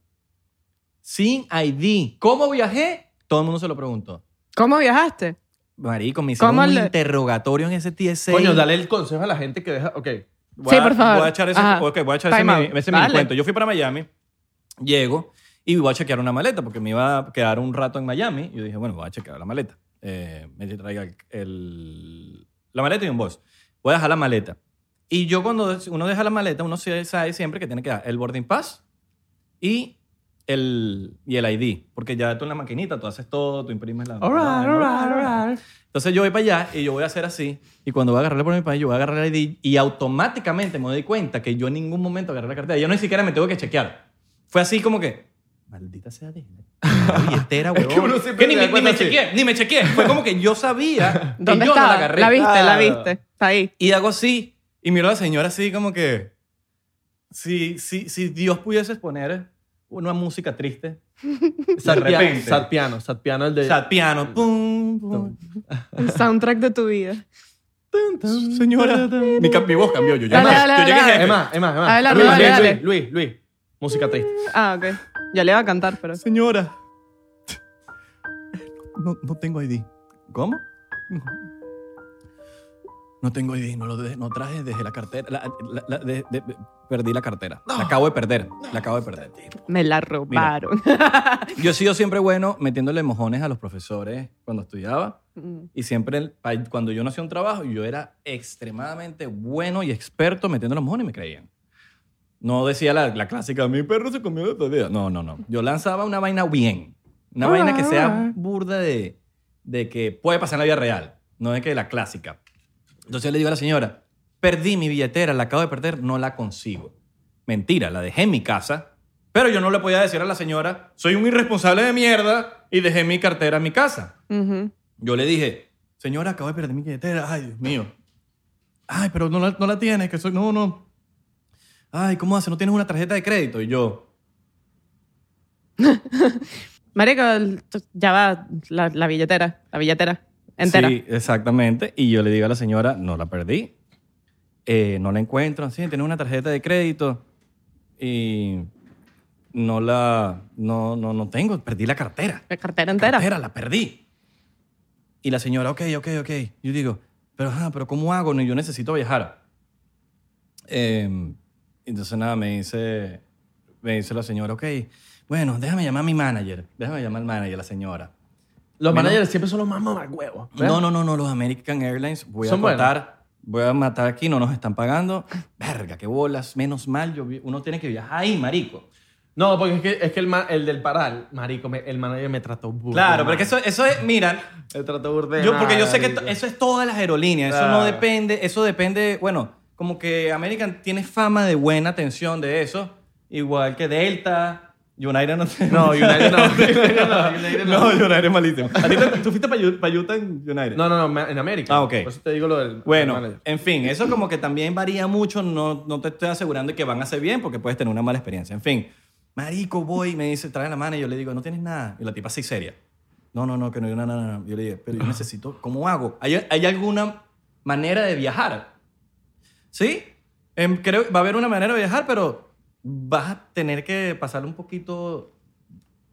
Sin ID. ¿Cómo viajé? Todo el mundo se lo preguntó. ¿Cómo viajaste? Marico, me hicieron ¿Cómo un le- interrogatorio en ese TSA. Coño, dale el consejo a la gente que deja. Ok. Voy Sí, a- por favor. Voy a echar ese, Ajá. ok, voy a echar ese Time mini- out. ese mini Dale. cuento. Yo fui para Miami, llego y voy a chequear una maleta porque me iba a quedar un rato en Miami. Yo dije, bueno, voy a chequear la maleta. Eh, me traiga el, el- la maleta y un bolso. Voy a dejar la maleta. Y yo cuando des- uno deja la maleta, uno se- sabe siempre que tiene que dar el boarding pass y el, y el ID. Porque ya tú en la maquinita, tú haces todo, tú imprimes la... Entonces yo voy para allá y yo voy a hacer así. Y cuando voy a agarrarle por mi país, yo voy a agarrar el ID y automáticamente me doy cuenta que yo en ningún momento agarré la cartera. Yo ni siquiera me tengo que chequear. Fue así como que, maldita sea, déjame. [LAUGHS] La billetera, este huevón. que uno siempre ni, se me- da ni cuenta me así. chequeé, ni me chequeé. Fue como que yo [LAUGHS] sabía que ¿Dónde yo no estaba? la la, agarré. viste, la Claro. viste. Está ahí. Y hago así y miro a la señora así como que, si, si, si Dios pudiese poner una música triste, de Sad piano, repente, sad piano, sad piano, el de. sad piano, pum, pum. El soundtrack de tu vida. Señora, mi, cam- mi voz cambió. Yo, yo, Dale, yo dale, dale, llegué dale. jefe. Es más, es más, es más. Adelante, Luis, dale, Luis, dale. Luis, Luis, Luis. Música triste. Ah, ok. Ya le iba a cantar, pero... Señora. No, no tengo ID. ¿Cómo? No tengo ID, no lo de- no traje, dejé la cartera. la- la- la- de- de- perdí la cartera. La acabo de perder. La acabo de perder. Me la robaron. [LAUGHS] [LAUGHS] Yo he sido siempre bueno metiéndole mojones a los profesores cuando estudiaba. Y siempre, el- pa- cuando yo no hacía un trabajo, yo era extremadamente bueno y experto metiendo los mojones y me creían. No decía la, la clásica, mi perro se comió la tarea. No, no, no. Yo lanzaba una vaina bien. Una vaina que sea burda de, de que puede pasar en la vida real. No es que la clásica. Entonces yo le digo a la señora, perdí mi billetera, la acabo de perder, no la consigo. Mentira, la dejé en mi casa, pero yo no le podía decir a la señora, soy un irresponsable de mierda y dejé mi cartera en mi casa. Ujú. Yo le dije, señora, acabo de perder mi billetera. Ay, Dios mío. Ay, pero no la, no la tienes, que soy... No, no. Ay, ¿cómo hace? ¿No tienes una tarjeta de crédito? Y yo, Marico, el- ya va la, la billetera. La billetera. Entera. Sí, exactamente. Y yo le digo a la señora, no la perdí. Eh, no la encuentro. Sí, tiene una tarjeta de crédito. Y no la... No, no, no tengo. Perdí la cartera. La cartera entera. Cartera, la perdí. Y la señora, ok, ok, ok. Yo digo, pero, ajá, pero ¿cómo hago? No, yo necesito viajar. Eh, entonces, nada, me dice, me dice la señora, ok, bueno, déjame llamar a mi manager. Déjame llamar al manager, la señora. Los Mira. managers siempre son los más mamagüevos. ¿verdad? No, no, no, no, los American Airlines, voy a Son buenos. matar, voy a matar aquí, no nos están pagando. Verga, qué bolas, menos mal, yo vi- uno tiene que viajar ahí, marico. No, porque es que, es que el, ma- el del paral, marico, me- el manager me trató burda. Claro, pero marico. que eso, eso es, mira, Me trató burda. yo, porque yo sé que to- eso es todas las aerolíneas, eso no Claro. depende, eso depende, bueno, como que American tiene fama de buena atención de eso, igual que Delta, United no sé. [LAUGHS] No, United [LAUGHS] no. United no, United No, no. United es malísimo. A ti te- ¿Tú fuiste para Utah, en United? No, no, no, ma- en América. Ah, ok. Por eso te digo lo del. del Bueno, manager. en fin, eso como que también varía mucho. No, no te estoy asegurando que van a ser bien porque puedes tener una mala experiencia. En fin, marico, voy, me dice, trae la mano y yo le digo, no tienes nada. Y la tipa así seria. No, no, no, que no, no, no, no. Yo le dije, pero yo necesito, ¿cómo hago? ¿Hay, hay alguna manera de viajar? ¿Sí? Em, creo va a haber una manera de viajar, pero vas a tener que pasar un poquito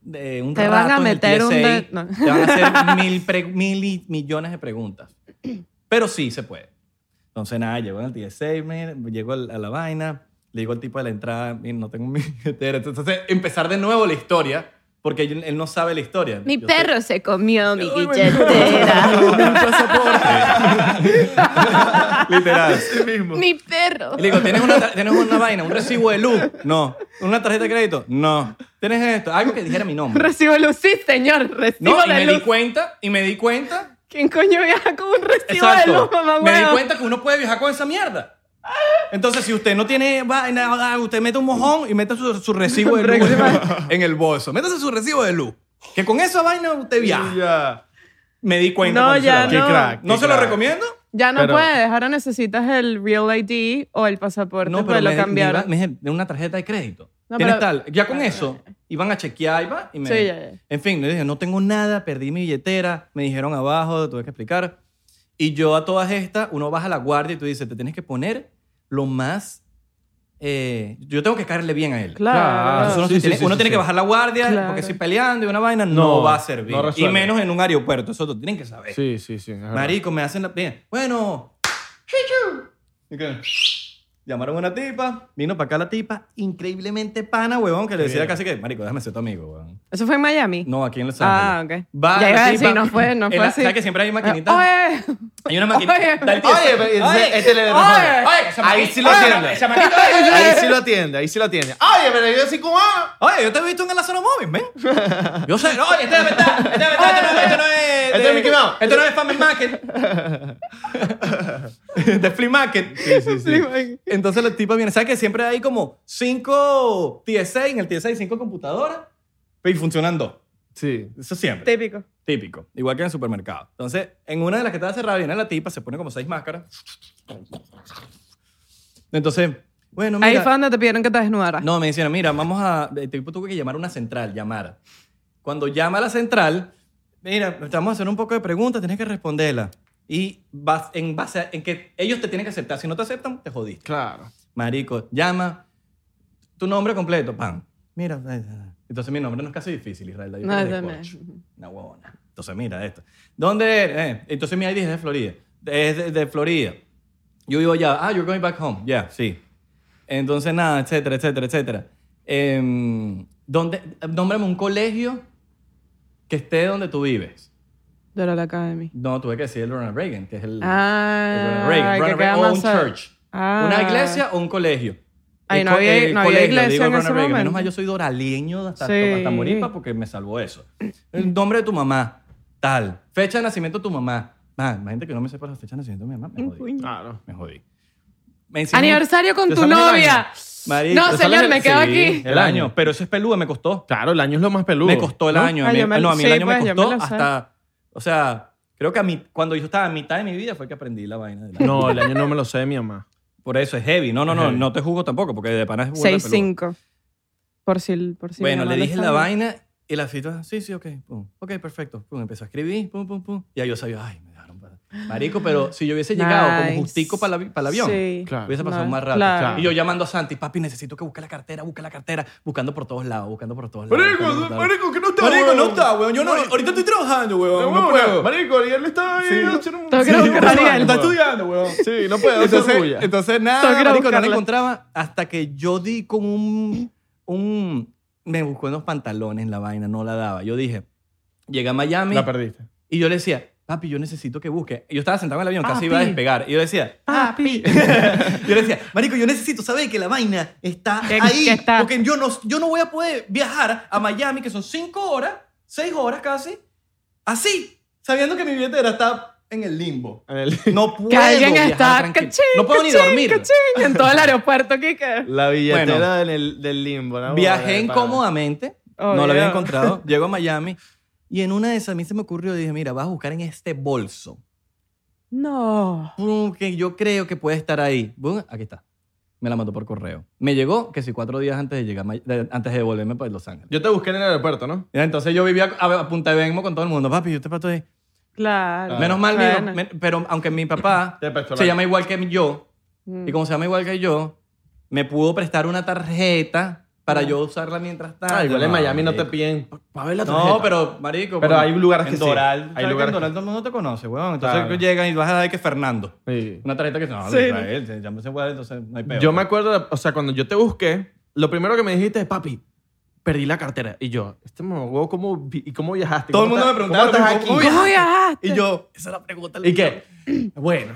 de un Te rato van a en el meter un TSA. de- no. Te van a [LAUGHS] hacer mil, pre- mil y millones de preguntas. Pero sí se puede. Entonces, nada, llego al TSA, man, llego al- a la vaina, le digo al tipo de la entrada, "Mira, no [LAUGHS] tengo mi billetera. Entonces, empezar de nuevo la historia, porque él él no sabe la historia. Mi Yo [LAUGHS] perro se comió mi billetera. sé- [LAUGHS] Literal. [LAUGHS] mi perro. Y le digo, ¿tienes una, tar- ¿tienes una vaina? ¿Un recibo de luz? No. ¿Una tarjeta de crédito? No. ¿Tienes esto? Algo que dijera mi nombre. Recibo luz, sí, señor, recibo No, y de me luz. di cuenta, y me di cuenta ¿Quién coño viaja con un recibo Exacto. de luz, mamá Me di huevo? cuenta que uno puede viajar con esa mierda. Entonces, si usted no tiene vaina, ah, usted mete un mojón y mete su, su recibo de luz [LAUGHS] en el bolso. Métase su recibo de luz. Que con esa vaina usted viaja. Ya. Me di cuenta. No, cuando se la ya bajé. no. Qué crack. ¿No qué se lo crack. recomiendo? Ya no Pero- puedes, ahora necesitas el Real ID o el pasaporte, No, pues pero lo me, cambiaron. me iba- me dije, una tarjeta de crédito. No, Tienes pero- Ah, tal. Ya con eso, iban a chequear y va, y me- Sí, ya, ya. En fin, le dije, no tengo nada, perdí mi billetera, me dijeron abajo, tuve que explicar. Y yo a todas estas, uno baja la guardia y tú dices, te tienes que poner lo más... eh, yo tengo que caerle bien a él. Claro. Claro. Entonces uno Sí, se sí, tiene, sí, uno sí, tiene sí. que bajar la guardia Claro. porque si peleando y una vaina no, No, va a servir. y no resuelve. menos en un aeropuerto, eso lo tienen que saber. Sí, sí, sí. es verdad. Marico, me hacen la. bien, Bueno. Y que- Llamaron a una tipa, vino para acá la tipa, increíblemente pana, huevón, que le decía casi que, Marico, déjame ser tu amigo, huevón. ¿Eso fue en Miami? No, aquí en Los Ah, Ángeles. ok. Va ya la iba a tipa, decir, no fue, no en fue la- así. Ah, ¿Sabes que siempre hay maquinita? Oye, Hay una maquinita. Oye. da el tío. Oye, pero ese- Oye. este le dejó. Oye. Ahí sí lo Oye, atiende. esa maquinita- Ahí sí lo atiende, ahí sí lo atiende. Oye, pero yo soy cubano. Oye, yo te he visto en el Lázaro Móvil, [LAUGHS] ven. Yo sé, oye, este es de verdad, este es de verdad, este no- este no es. Este de- es Mickey Mouse. Este no es Family Market. [LAUGHS] De Flea Market. Sí, sí, Flea- Entonces la tipa viene, ¿sabes que siempre hay como cinco TSA, en el TSA hay cinco computadoras y funcionan dos? Sí. Eso siempre. [LAUGHS] típico. Típico. Igual que en el supermercado. Entonces, en una de las que estaba cerrada viene la tipa, se pone como seis máscaras. Entonces, bueno, mira. Ahí fue donde te pidieron que te desnudaras. No, me dijeron, mira, vamos a... eh, El tipo tuvo que llamar a una central, llamar. Cuando llama a la central, mira, te vamos a hacer un poco de preguntas, tienes que responderla. Y vas, en base a- en que ellos te tienen que aceptar. Si no te aceptan, te jodiste. Claro. Marico, llama tu nombre completo, pam. Mira, eh, eh. entonces mi nombre no es casi difícil, Israel. David No, Pérez ese no Coch. es. Una huevona. Entonces mira esto. ¿Dónde eres? Eh, entonces mi ID es de Florida. Es de, de Florida. Yo vivo allá. Ah, you're going back home. Yeah, sí. Entonces, nada, etcétera, etcétera, etcétera. Em, ¿dónde, nómbrame un colegio que esté donde tú vives. De la Academy. No, tuve que decir el Ronald Reagan, que es el, el Ah, Ronald Reagan. que Ronald queda Reagan o más un cerca. church. Ah. Una iglesia o un colegio. Ay, El no co- había- el no había colegio, le digo iglesia en Ronald ese Reagan. Menos momento. mal yo soy doraleño hasta, Sí. hasta Moripa porque me salvó eso. El nombre de tu mamá, tal. Fecha de nacimiento de tu mamá. Man, imagínate que no me sepa la fecha de nacimiento de mi mamá. Me jodí. Ah, Claro. Me jodí. Me encima- Aniversario con ¿Te tu sale el novia. año? Marico, No, ¿te señor, sale- me quedo Sí, aquí. El año. Pero eso es peludo, me costó. Claro, el año es lo más peludo. Me costó el ¿no? año. a Ah, mí- yo me- no, a mí sí, el año pues, me yo costó me lo sé. hasta... O sea, creo que a mí, cuando yo estaba a mitad de mi vida fue que aprendí la vaina. Del año. No, el año no me lo sé de mi mamá. Por eso es heavy. No, no, Es no, heavy. no te jugo tampoco porque de pana es burda de peludo. 6-5. Por si, por si bueno, mi le mamá dije no la sabe. vaina y la fita, sí, sí, ok, pum, ok, perfecto. Pum, empezó a escribir, pum, pum, pum. Y ahí yo sabía, ay, me dejaron para... Marico, pero si yo hubiese llegado Nice. como justico para, la- para el avión, Sí. Claro. hubiese pasado No, más rápido. claro. Y yo llamando a Santi, papi, necesito que busque la cartera, busque la cartera, buscando por todos lados, buscando por todos lados. buscando por todos lados. que no está. Marico, no está, weón. Yo no, ahorita estoy trabajando, weón. No puedo. Marico, Ariel está ahí. Tengo que buscar a Ariel. Está estudiando, weón. Sí, [LAUGHS] no puedo. Entonces, entonces Tengo que nada, ir a marico, no la buscarla. encontraba hasta que yo di con un, un... Me buscó en los pantalones la vaina, no la daba. Yo dije, llegué a Miami la perdiste. y yo le decía, papi, yo necesito que busque. Y Yo estaba sentado en el avión, Papi. casi iba a despegar. Y yo decía, Papi. [LAUGHS] yo le decía, marico, yo necesito saber que la vaina está Que- ahí. que está. Porque yo no, yo no voy a poder viajar a Miami, que son cinco horas, seis horas casi, así, sabiendo que mi billetera está en el limbo. No puedo [LAUGHS] Que alguien viajar está tranquilo. cachín, No puedo cachín, ni dormir. cachín, en todo el aeropuerto, [LAUGHS] Kike. [LAUGHS] La billetera Bueno. en el- del limbo. ¿no? Viajé Bueno, para- incómodamente, Obvio. no lo había [LAUGHS] encontrado. Llego a Miami y en una de esas a mí se me ocurrió, dije, mira, vas a buscar en este bolso. No. Pum, que yo creo que puede estar ahí. Pum, aquí está. Me la mandó por correo. Me llegó, que si cuatro días antes de llegar, a Mi- de- antes de volverme para Los Ángeles. Yo te busqué en el aeropuerto, ¿no? Y Entonces yo vivía a, a punta de Venmo con todo el mundo. Papi, yo te pato de... Ah. Claro. Menos mal, Bueno. mi- men- pero aunque mi papá Te prestó la- se llama igual que yo, Mm. y como se llama igual que yo, me pudo prestar una tarjeta para yo usarla mientras tanto. Ah, igual en No, Miami no te marico. piden. Para ver la tarjeta. No, pero, marico. Pero por- hay lugares en que sí. Doral, Hay ¿sabes que lugares En que- Doral todo el mundo te conoce, weón. Entonces Claro. tú llegas y vas a dar que Fernando. Sí. Una tarjeta que no, no Sí. le trae él, se llama ese weón, entonces no hay pues. peor. Yo me acuerdo, o sea, cuando yo te busqué, lo primero que me dijiste es, papi, perdí la cartera. Y yo, este mamagüevo, ¿cómo, vi- y ¿cómo viajaste? Todo el ¿Cómo mundo me estás- preguntaba ¿Cómo lo estás mismo, aquí? ¿cómo ¿Cómo viajaste? Y yo, esa es la pregunta. [LAUGHS] ¿Y qué? Bueno.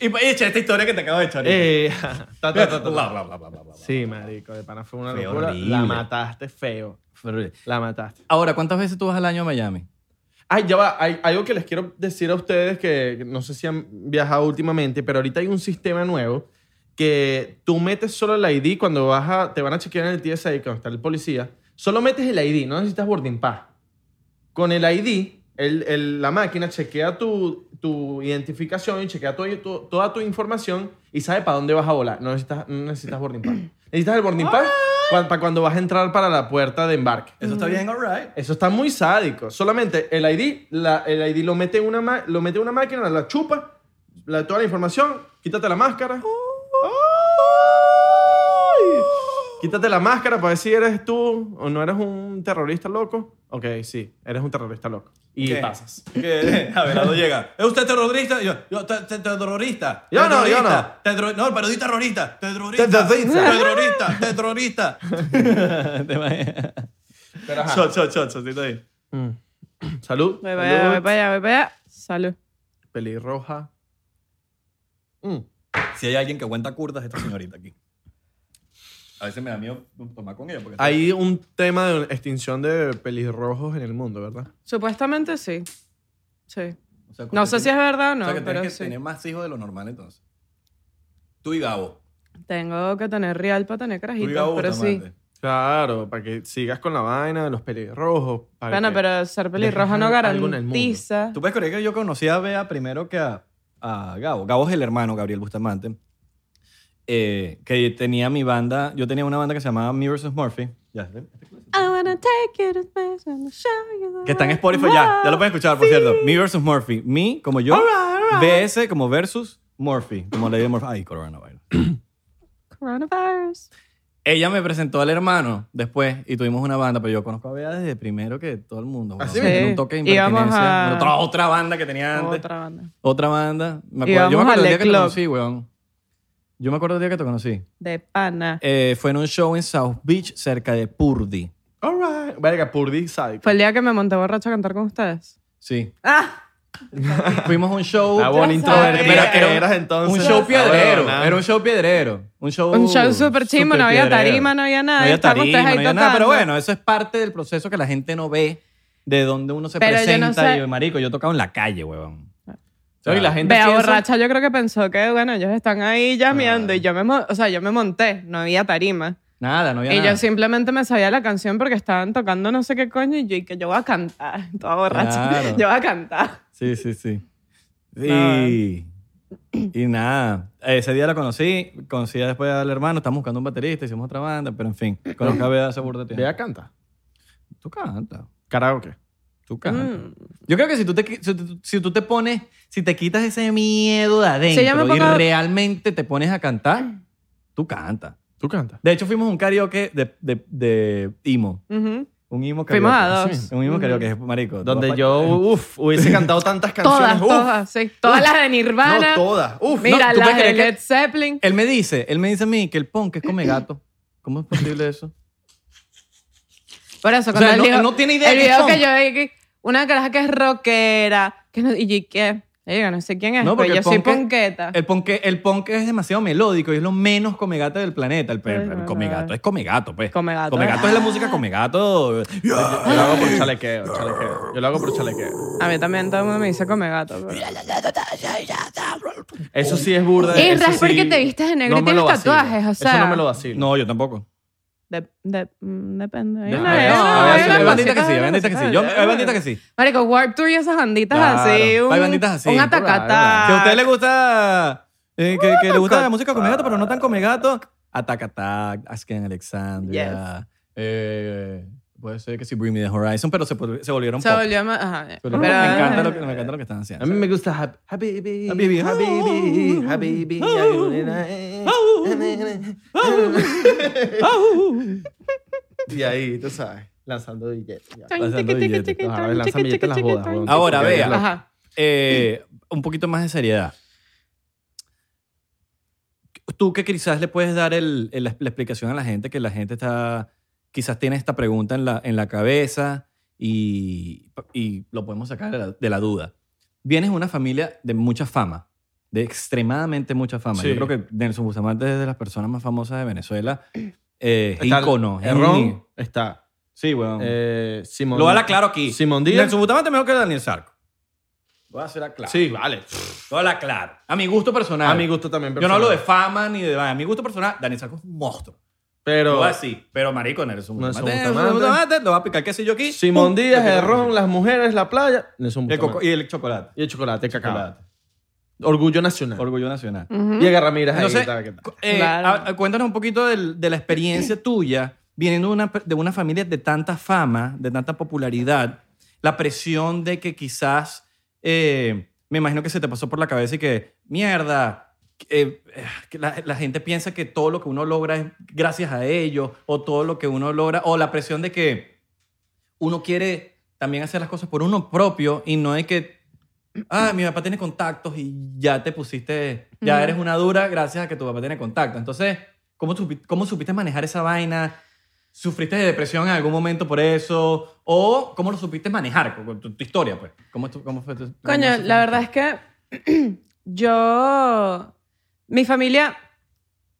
Y pues, echa esta historia que te acabo de echar. Eh, ta, ta, Bla, ta, ta, ta. bla, bla, bla, bla, bla, bla. Sí, marico, de pana fue una Fue locura. horrible. La mataste feo. La mataste. Ahora, ¿cuántas veces tú vas al año a Miami? Ay, ya va. Hay algo que les quiero decir a ustedes que que no sé si han viajado últimamente, pero ahorita hay un sistema nuevo que tú metes solo el ID cuando vas a, te van a chequear en el TSA cuando está el policía. Solo metes el ID, no necesitas boarding pass. Con el ID, el- el- la máquina chequea tu, tu identificación y chequea tu- tu- toda tu información y sabe para dónde vas a volar. No necesitas, no necesitas boarding pass. Necesitas el boarding pass cua- para cuando vas a entrar para la puerta de embarque. Eso está bien, alright. Eso está muy sádico. Solamente el ID, la- el ID lo mete en una ma- lo mete en una máquina, la chupa, la, toda la información, quítate la máscara. Ay. Quítate la máscara para ver si eres tú o no eres un terrorista loco. Ok, sí, eres un terrorista loco. Y ¿Qué? pasas. Que Abelardo llega. ¿Es usted terrorista? Y Yo, yo te- te- terrorista. Yo no, yo terrorista, terro- no, pero di terrorista. Terrorista. Terrorista. Terrorista. Terrorista. Te imaginas. Pero ajá. Shot, shot, shot, shotcito ahí. Salud. Voy para allá, voy Salud. para allá, voy para allá. Salud. Pelirroja. Mm. Si hay alguien que cuenta curdas, esta señorita aquí. A veces me da miedo tomar con ella. Porque Hay un tema de extinción de pelirrojos en el mundo, ¿verdad? Supuestamente sí. Sí. O sea, No sé si es verdad o no, O sea, que pero tienes que sí. tener más hijos de lo normal entonces. Tú y Gabo. Tengo que tener real para tener Tú y carajitos, Gabo pero sí. Bustamante. Claro, para que sigas con la vaina de los pelirrojos. para Bueno, que- pero ser pelirroja no Dejar algo en el mundo. garantiza. Tú puedes creer que yo conocí a Bea primero que a, a Gabo. Gabo es el hermano, Gabriel Bustamante. eh, que tenía mi banda. Yo tenía una banda que se llamaba Me vs. Murphy. Ya sé. I wanna take you to space and show you the Que está en way. Spotify ya. Ya lo pueden escuchar, por cierto. Me vs. Murphy. Me como yo. BS como versus Murphy. Como le Murphy. Ay, coronavirus. Coronavirus. Ella me presentó al hermano después y tuvimos una banda, pero yo conozco a Bea desde primero que todo el mundo. Así Bueno, mismo. tenía un toque de Ah, Sí. Íbamos impertinencia. a- Pero otra- otra banda que tenía antes. Otra banda. Otra banda. Me acuerdo, Íbamos yo me acuerdo al el día que te Club. conocí, weón. Yo me acuerdo el día que te conocí. De pana. Eh, fue en un show en South Beach cerca de Purdy. All right. Verga, Purdy, sádico. Fue el día que me monté borracho a cantar con ustedes. Sí. ¡Ah! Fuimos a un show. La buena Ya introvertida sabía. que eras entonces. Ah, un show piedrero. Huevona. Era un show piedrero. Un show. Un show súper chimbo, no había piedrero. tarima, no había nada. No había Estaban ustedes tarima, no ahí había nada. Pero tocando. bueno, eso es parte del proceso que la gente no ve de donde uno se Pero yo presenta. no sé- Y yo, marico, yo he tocado en la calle, weón. Sí, y la gente Vea, piensa- borracha, yo creo que pensó que, bueno, ellos están ahí Ah. llameando. Y yo me, mo- o sea, yo me monté, no había tarima. Nada, no había Y nada. yo simplemente me sabía la canción porque estaban tocando no sé qué coño y yo, y que yo voy a cantar, [LAUGHS] toda borracha. Claro. Yo voy a cantar. Sí, sí, sí. Nada. Y, eh. y nada, ese día la conocí, conocí a después al hermano, estamos buscando un baterista, hicimos otra banda, pero en fin, conozco a Bea hace burda de tiempo. Vea, canta. Tú canta, Karaoke. tú Mm. canta. Yo creo que si tú, te, qui- si, tú- si tú te pones, si te quitas ese miedo de adentro Sí, yo me y pongo- realmente te pones a cantar, tú canta. Tú canta. De hecho, fuimos a un karaoke de, de, de imo. Ujú. Un imo karaoke. Fuimos a dos. Un imo karaoke, es marico. tú vas Donde pa- yo, uff, hubiese cantado tantas canciones. Todas, uf. todas, sí. Todas las de Nirvana. No, todas. Uf. Mira, No, ¿tú las puedes de creer que- Led Zeppelin. Él me dice, él me dice a mí que el punk es [CLEARS THROAT] come gato. ¿Cómo es posible eso? Por eso, sea, cuando él no- dijo- no tiene idea El de qué video son. que yo vi, que una caraja que es rockera, Que no, y yo, ¿qué? Le digo, no sé quién es, No, pero porque yo el soy punk es- Ah. ponqueta. El punk, el punk es demasiado melódico y es lo menos comegato del planeta. El, pe- Ay, el verdad. comegato es comegato, pues. Comegato. Comegato Ah. es la música comegato. Yo lo hago por chalequeo, chalequeo. Yo lo hago por chalequeo. A mí también todo el mundo me dice come gato. pero- Eso sí es burda. Isra, eso es porque sí- te vistes de negro y no me tienes lo vacilo. tatuajes, o sea. Eso no me lo vacilo. No, yo tampoco. De- de- mm, depende. Hay No, una- no, hay no, una- a hay veces una hay banditas que cosita, sí, hay una banditas que sí. cosita, Yo- hay Hay una- banditas que sí. Marico, Warped Tour y esas banditas Claro, así. Un, hay banditas así, Un claro. Ah. atacata. Si a usted le gusta. eh, que, que le gusta la música comegato, pero no tan comegato. Attack Attack, Asken Alexandria. eh, puede ser que sí, Bring Me the Horizon, pero se, vol- se volvieron Se pop. volvió más. Ajá. Se Pero, volvieron pop. me, encanta lo que, me encanta lo que están A haciendo. mí me gusta Hab- Habibi. Habibi. Habibi. Habibi. Y ahí, tú sabes, lanzando billetes. ya. Pasando Tiqui, tiqui, billetes. tiqui, Los tiqui, árabes lanzan tiqui, billetes en las tiqui, bodas. tiqui. weón. Ahora, Porque vea. es loco. Ajá. [LAUGHS] Eh, un poquito más de seriedad. Tú que quizás le puedes dar el- el- la explicación a la gente, que la gente está, quizás tiene esta pregunta en la, en la cabeza y, y lo podemos sacar de la, de la duda. Vienes de una familia de mucha fama, de extremadamente mucha fama. Yo Sí. creo que Nelson Bustamante es de las personas más famosas de Venezuela. Eh, es Está el- ícono. es Errón está. Sí, weón. Eh, Simón. lo voy a aclarar aquí. Simón Díaz. Nelson Bustamante es mejor que Daniel Sarco. Voy a hacer aclaro. Sí, vale. Hola, claro. A mi gusto personal. A mi gusto también. Yo no hablo de personal. fama ni de vaina. A mi gusto personal, Dani Sarco es un monstruo. Lo Pero voy a decir. Pero marico, Nelson Nelson Bustamante. Bustamante. Nelson Bustamante, Lo va a picar qué sé yo aquí. Simón Pum. Díaz, Le pico Errón, las mujeres, la playa. Nelson el coco- Bustamante. Y el chocolate. Y el chocolate, el cacao. Chocolate. Orgullo nacional. Orgullo nacional. Y agarra miras ahí. Entonces, tal, que tal. eh, Claro. a- a- cuéntanos un poquito del- de la experiencia tuya, viniendo de una, de una familia de tanta fama, de tanta popularidad, la presión de que quizás, eh, me imagino que se te pasó por la cabeza y que, mierda, eh, eh, que la, la gente piensa que todo lo que uno logra es gracias a ellos, o todo lo que uno logra, o la presión de que uno quiere también hacer las cosas por uno propio y no es que Ah, mi papá tiene contactos y ya te pusiste, ya eres una dura gracias a que tu papá tiene contactos. Entonces, ¿cómo, supi- ¿cómo supiste manejar esa vaina? ¿Sufriste de depresión en algún momento por eso? ¿O cómo lo supiste manejar con- con tu, tu historia, pues? ¿Cómo, tu- cómo fue tu, cómo Coño, se- la verdad es que [CLEARS THROAT] yo. Mi familia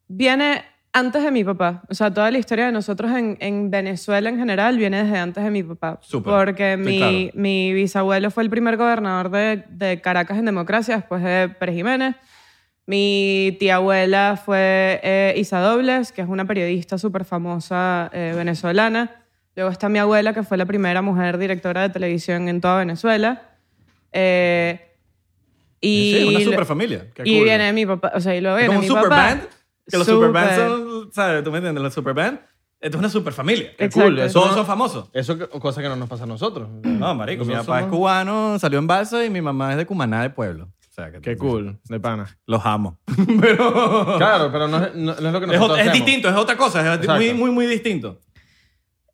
viene antes de mi papá. O sea, toda la historia de nosotros en, en Venezuela en general viene desde antes de mi papá. Súper, Porque estoy mi, claro. mi bisabuelo fue el primer gobernador de, de Caracas en democracia después de Pérez Jiménez. Mi tía abuela fue eh, Isa Dobles, que es una periodista súper famosa eh, venezolana. Luego está mi abuela, que fue la primera mujer directora de televisión en toda Venezuela. Eh, y Sí, una lo- super familia. y viene mi papá, o sea, y luego viene como un mi super papá. band. Que los Súper. super bands son, ¿sabes? ¿Tú me entiendes? Los super band. Esto es una super familia. Qué cool, Exacto. eso Todos no- son famosos. Eso es cosa que no nos pasa a nosotros. [CLEARS THROAT] No, marico, mi Mm. Nosotros papá es somos- cubano, salió en balsa y mi mamá es de Cumaná de pueblo. O sea, que- Qué cool, [LAUGHS] de pana. Los amo. Pero... Claro, pero no es, no- no es lo que Es, nosotros ot- es hacemos. distinto, es otra cosa, es Exacto. muy, muy, muy distinto.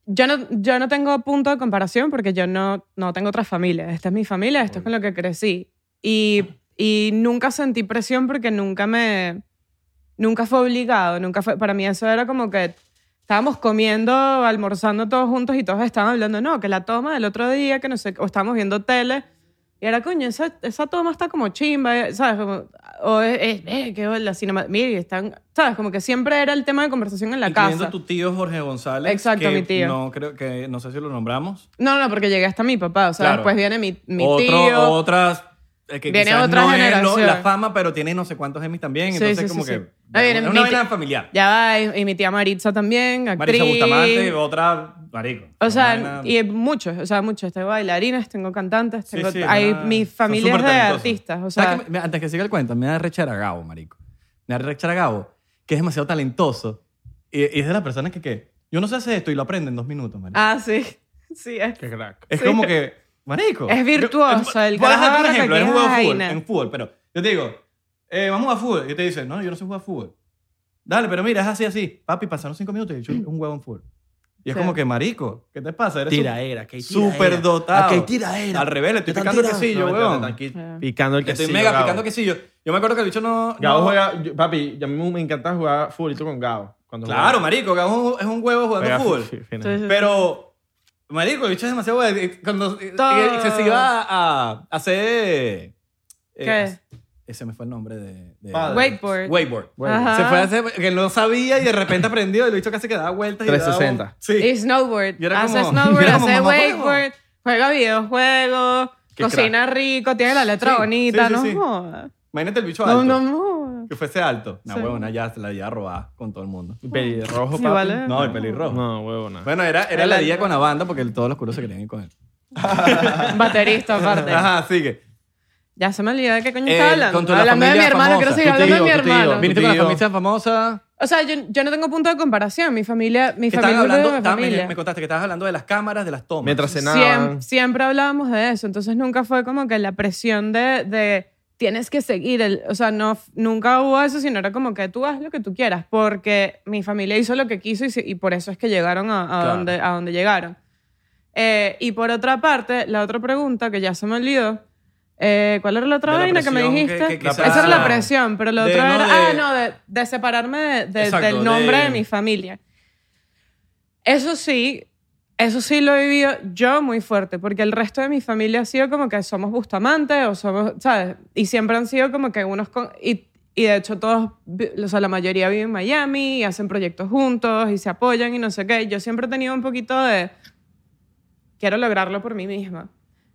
Yo no, yo no tengo punto de comparación porque yo no, no tengo otra familia. Esta es mi familia, esto es con lo que crecí. Y, y nunca sentí presión porque nunca me... Nunca fue obligado, nunca fue... Para mí eso era como que estábamos comiendo, almorzando todos juntos y todos estaban hablando, no, que la toma del otro día, que no sé, qué, o estábamos viendo tele. Y era, coño, esa, esa toma está como chimba, eh, ¿sabes? Como, o es, es- eh, que la cinema... Mira, están... ¿Sabes? Como que siempre era el tema de conversación en la Incluyendo casa. tu tío Jorge González. Exacto, que mi tío. No, creo que, no sé si lo nombramos. No, no, porque llegué hasta mi papá. O sea, Claro. después viene mi, mi Otro- tío. Otras. eh, que Viene quizás otra no es, generación. no, la fama, pero tiene no sé cuántos Emmys también. Sí, entonces, sí, sí, como sí. que. Ah, viene una mi vaina ti- familiar. Ya va, y, y mi tía Maritza también, actriz. Marisa Bustamante, otra. Marico. O Una sea, vaina- y muchos, o sea, muchos. Tengo bailarines, tengo cantantes, Sí, tengo, sí, hay una- mis son familias súper de talentosos. artistas, o ¿Sabes sea, qué me- antes que siga el cuento, me da rechera Gabo, marico. Me da rechera Gabo, que es demasiado talentoso. Y, y es de las personas que, que, yo no sé hacer esto y lo aprende en dos minutos, marico. ah, sí, [LAUGHS] sí, es, Qué crack. Es Sí. como que, marico. Es virtuoso, el Voy a darte un carajo ejemplo. que Él qué jugaba fútbol, vaina. en fútbol, pero yo te digo, eh, vamos a jugar fútbol. Y te dice, no, yo no sé jugar fútbol. Dale, pero mira, es así, así. Papi, pasaron cinco minutos y yo es un huevo en fútbol. Y es Mm. Sí. como que, marico, ¿qué te pasa? Eres Tiraera, que hay tiraera. súper dotado. Aquí hay tiraera. Al revés, le estoy Te están picando el tirando. quesillo, No, mentira, huevón. te están Ah. aquí Picando el Que quesillo. estoy mega Gabo. picando quesillo. Yo me acuerdo que el bicho no... Gabo no- juega... yo- papi, a mí me encanta jugar futbolito con Gabo. Cuando Claro, juega- marico, Gabo es un- es un huego jugando juega fútbol. fu- fu- fina. [LAUGHS] Entonces, Pero Marico, el bicho es demasiado bueno. Y Cuando y- Todo. y se se iba a, a hacer. eh, ¿Qué? Ese me fue el nombre de. de- Padre. Wakeboard. Wakeboard. Ajá. Se fue a hacer. Que no sabía y de repente aprendió. Y el bicho casi que daba vueltas. y daba- 360. Sí. Y snowboard. Yo era hace como- [LAUGHS] yo snowboard, era como hace mamá huevo. wakeboard, juega videojuegos, Qué cocina rico, tiene la letra Sí, sí, bonita, sí, no sí. jodas. Imagínate el bicho No, alto. no, no. Que fuese alto. Una Sí. huevona ya se la había robado con todo el mundo. Pelirrojo, Sí, papi. vale. No, el pelirrojo. No, huevo, no. Bueno, era, era la día con la banda porque todos los curos se querían ir con él. Baterista aparte. Ajá, sigue. Ya se me olvidó de qué coño Eh, estaba hablando. con tu- la Hablando de mi familia hermano, famosa. quiero seguir Tu hablando de tío, mi tu tío. hermano. Viniste con la tío. familia famosa. O sea, yo, yo no tengo punto de comparación. Mi familia, mi Estaban familia es hablando, de mi estaban- me, familia. me contaste que estabas hablando de las cámaras, de las tomas. Mientras Siem- cenaban. siempre hablábamos de eso, entonces nunca fue como que la presión de, de tienes que seguir, el, o sea, no, nunca hubo eso, sino era como que tú haz lo que tú quieras, porque mi familia hizo lo que quiso y, se- y por eso es que llegaron a, a Claro. donde, a donde llegaron. Eh, y por otra parte, la otra pregunta que ya se me olvidó, eh, ¿cuál era la otra De la vaina que me presión que- dijiste? que- que Esa quizás- era la presión, pero la De otra no era, de- ah, no, de, de separarme de- de- Exacto, del nombre de- de... mi familia. Eso sí, eso sí lo he vivido yo muy fuerte, porque el resto de mi familia ha sido como que somos Bustamante o somos, ¿sabes? Y siempre han sido como que unos... con- y, y de hecho todos, vi- o sea, la mayoría vive en Miami y hacen proyectos juntos y se apoyan y no sé qué. Yo siempre he tenido un poquito de... Quiero lograrlo por mí misma.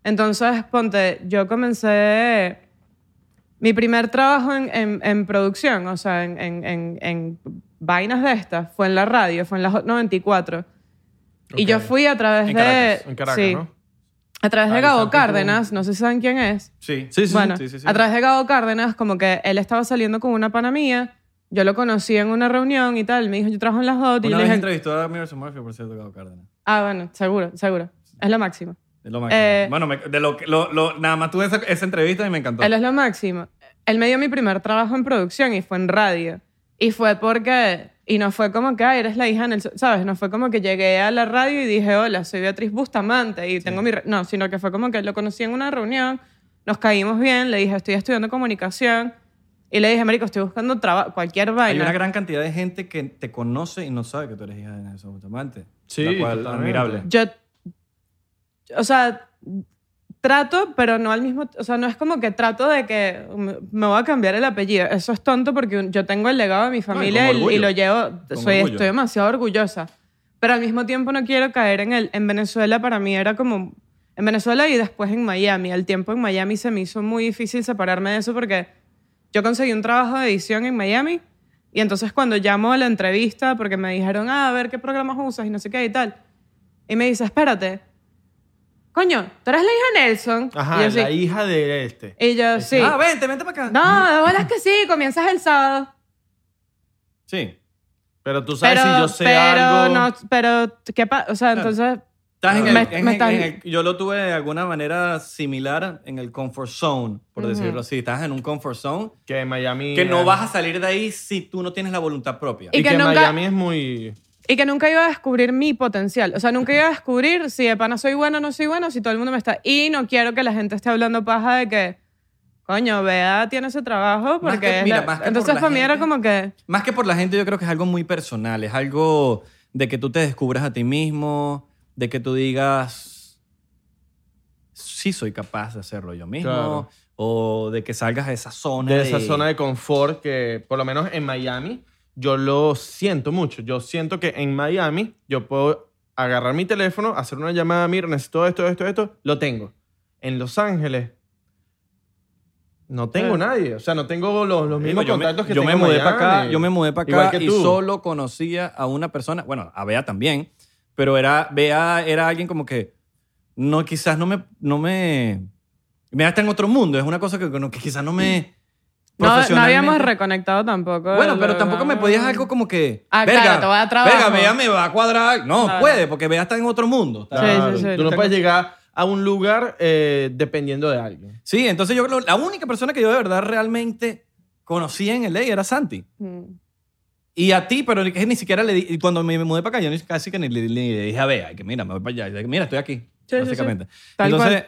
Entonces, ponte, yo comencé mi primer trabajo en, en- en producción, o sea, en, en- en- en vainas de estas, fue en la radio, fue en la Hot 94. Y yo fui a través En de... Caracas, En Caracas, sí, ¿no? A través Ah, de en San Pedro. Gabo Cárdenas, no sé si saben quién es. Sí. bueno, a través de Gabo Cárdenas, como que él estaba saliendo con una pana mía, yo lo conocí en una reunión y tal, me dijo, yo trabajo en las Hot, Una y yo le vez dije, entrevistó a Mirror Murphy, por cierto, Gabo Cárdenas. ah, bueno, seguro, seguro, es lo máximo. Es lo máximo. Eh, bueno, me- de lo, que- lo- lo- nada más tuve esa, esa entrevista y me encantó. Él es lo máximo. Él me dio mi primer trabajo en producción y fue en radio. Y fue porque... Y no fue como que, ah, eres la hija en el... ¿Sabes? No fue como que llegué a la radio y dije, hola, soy Beatriz Bustamante y tengo mi... re-". No, sino que fue como que lo conocí en una reunión, nos caímos bien, le dije, estoy estudiando comunicación. Y le dije, marico, estoy buscando trabajo, cualquier Hay vaina. una gran cantidad de gente que te conoce y no sabe que tú eres hija de Nelson Bustamante. Sí, La cual, totalmente. admirable. Yo, o sea, trato, pero no al mismo, o sea, no es como que trato de que me- me voy a cambiar el apellido. Eso es tonto porque un- yo tengo el legado de mi familia con y- y, orgullo. lo llevo, Con soy, orgullo. estoy demasiado orgullosa. Pero al mismo tiempo no quiero caer en el, en Venezuela para mí era como, en Venezuela y después en Miami. Al tiempo en Miami se me hizo muy difícil separarme de eso porque yo conseguí un trabajo de edición en Miami y entonces cuando llamo a la entrevista porque me dijeron, ah, a ver qué programas usas y no sé qué y tal. Y me dice, espérate, coño, tú eres la hija de Nelson. Ajá, y yo, la sí. Eh, hija de este. Y yo, sí. Ah, vente, vente para acá. No, de bolas que sí, comienzas el sábado. Sí. Pero tú sabes Pero, si yo sé pero, algo. no, pero, ¿qué pasa? O sea, entonces, Estás en el- Me- en- me en- estás- en el- yo lo tuve de alguna manera similar en el comfort zone, por decirlo así. Estás en un comfort zone Que en Miami. que no eh, vas a salir de ahí si tú no tienes la voluntad propia. Y, Y que, que en nunca- Miami es muy. y que nunca iba a descubrir mi potencial. O sea, nunca iba a descubrir si de pana soy buena o no soy buena, si todo el mundo me está... Y no quiero que la gente esté hablando paja de que, coño, Bea tiene ese trabajo porque... Más que- es mira, la- más que por entonces la para mí era gente. como que... Más que por la gente, yo creo que es algo muy personal. Es algo de que tú te descubras a ti mismo, de que tú digas, sí soy capaz de hacerlo yo mismo, Claro. o de que salgas de esa zona. De esa zona de confort que, por lo menos en Miami, yo lo siento mucho. Yo siento que en Miami yo puedo agarrar mi teléfono, hacer una llamada, mira, necesito esto, esto, esto, lo tengo. En Los Ángeles no tengo nadie. O sea, no tengo los, los mismos Eh. yo me, contactos que yo tengo me en mudé para acá, Miami. yo me mudé para acá Igual que y tú. solo conocía a una persona, bueno, a Bea también, pero era Bea era alguien como que no quizás no me no me Bea está en otro mundo, es una cosa que, que quizás no me No, no habíamos profesionalmente- reconectado tampoco. Bueno, pero Lo- tampoco me podías algo como que. Ah, verga, claro, te voy a trabajo". Verga, Bea me va a cuadrar. No, Claro. puede, porque Bea está en otro mundo. Sí, sí, sí, Tú no lo puedes llegar a un lugar eh, dependiendo de alguien. Sí, entonces yo creo que la única persona que yo de verdad realmente conocía en LA era Santi. Mm. Y a ti, pero que ni siquiera le di. y cuando me mudé para acá, yo ni- casi que ni le, le- le dije a Bea, que mira, me voy para allá. Y Mira, estoy aquí. sí, básicamente. Tal Entonces,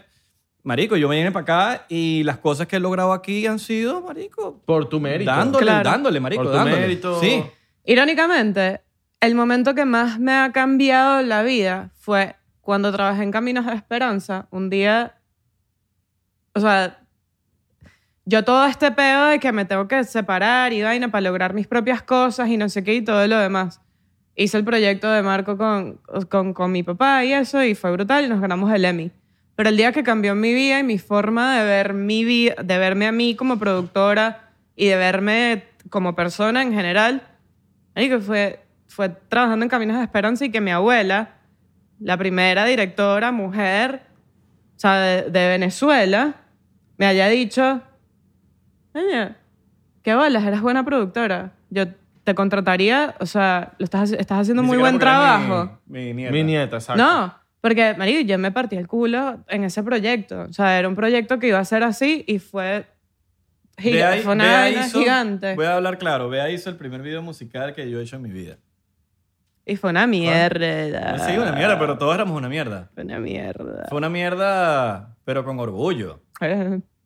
Marico, yo me vine para acá y las cosas que he logrado aquí han sido, Marico. Por tu mérito. Dándole, Claro. dándole, Marico, Por tu dándole. mérito. Sí. Irónicamente, el momento que más me ha cambiado la vida fue cuando trabajé en Caminos de Esperanza, un día, o sea, yo todo este pedo de que me tengo que separar y vaina para lograr mis propias cosas y no sé qué y todo lo demás. Hice el proyecto de Marco con, con, con mi papá y eso y fue brutal y nos ganamos el Emmy. Pero el día que cambió mi vida y mi forma de ver mi vida, de verme a mí como productora y de verme como persona en general, que fue, fue trabajando en Caminos de Esperanza y que mi abuela, la primera directora mujer o sea, de, de Venezuela, me haya dicho, Oye, qué bolas, eres buena productora. Yo te contrataría, o sea, lo estás, estás haciendo Ni muy siquiera buen porque era mi- trabajo. Mi, nieta. Mi nieta, exacto. No, porque, marico, yo me partí el culo en ese proyecto. O sea, era un proyecto que iba a ser así y fue, giga- Bea- fue una Bea vaina hizo- gigante. Voy a hablar claro. Bea hizo el primer video musical que yo he hecho en mi vida. Y fue una mierda. Sí, una mierda, pero todos éramos una mierda. Fue una mierda. Fue una mierda, pero con orgullo.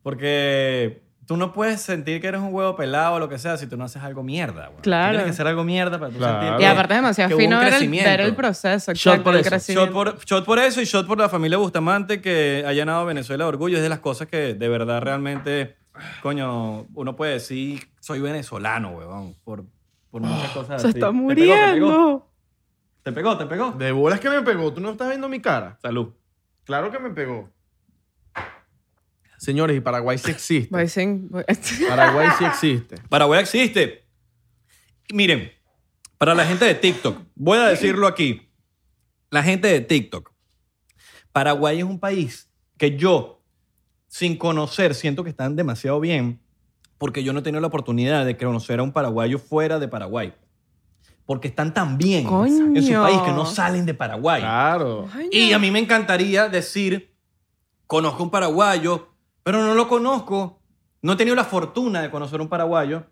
Porque tú no puedes sentir que eres un huevo pelado o lo que sea si tú no haces algo mierda. güey. Tú Claro. Tienes que hacer algo mierda para tú Claro. sentir y que- aparte es demasiado que hubo un fino ver el, crecimiento. ver el proceso. Shot exacto, por el eso, shot Shot crecimiento. por, shot por eso y shot por la familia Bustamante que ha llenado Venezuela de orgullo. Es de las cosas que de verdad realmente, coño, uno puede decir, soy venezolano, huevón, por, por muchas cosas Se así. está Te pegó, te pegó. muriendo. Te pegó, te pegó. De bolas que me pegó. ¿Tú no estás viendo mi cara? Salud. Claro que me pegó. Señores, y Paraguay sí existe. [LAUGHS] Voy sin- voy- Paraguay sí existe. Paraguay existe. Y Miren, para la gente de TikTok, voy a decirlo aquí. La gente de TikTok. Paraguay es un país que yo, sin conocer, siento que están demasiado bien porque yo no he tenido la oportunidad de conocer a un paraguayo fuera de Paraguay. Porque están tan bien en su Coño. país que no salen de Paraguay. Claro. Y a mí me encantaría decir, conozco un paraguayo, pero no lo conozco. No he tenido la fortuna de conocer un paraguayo.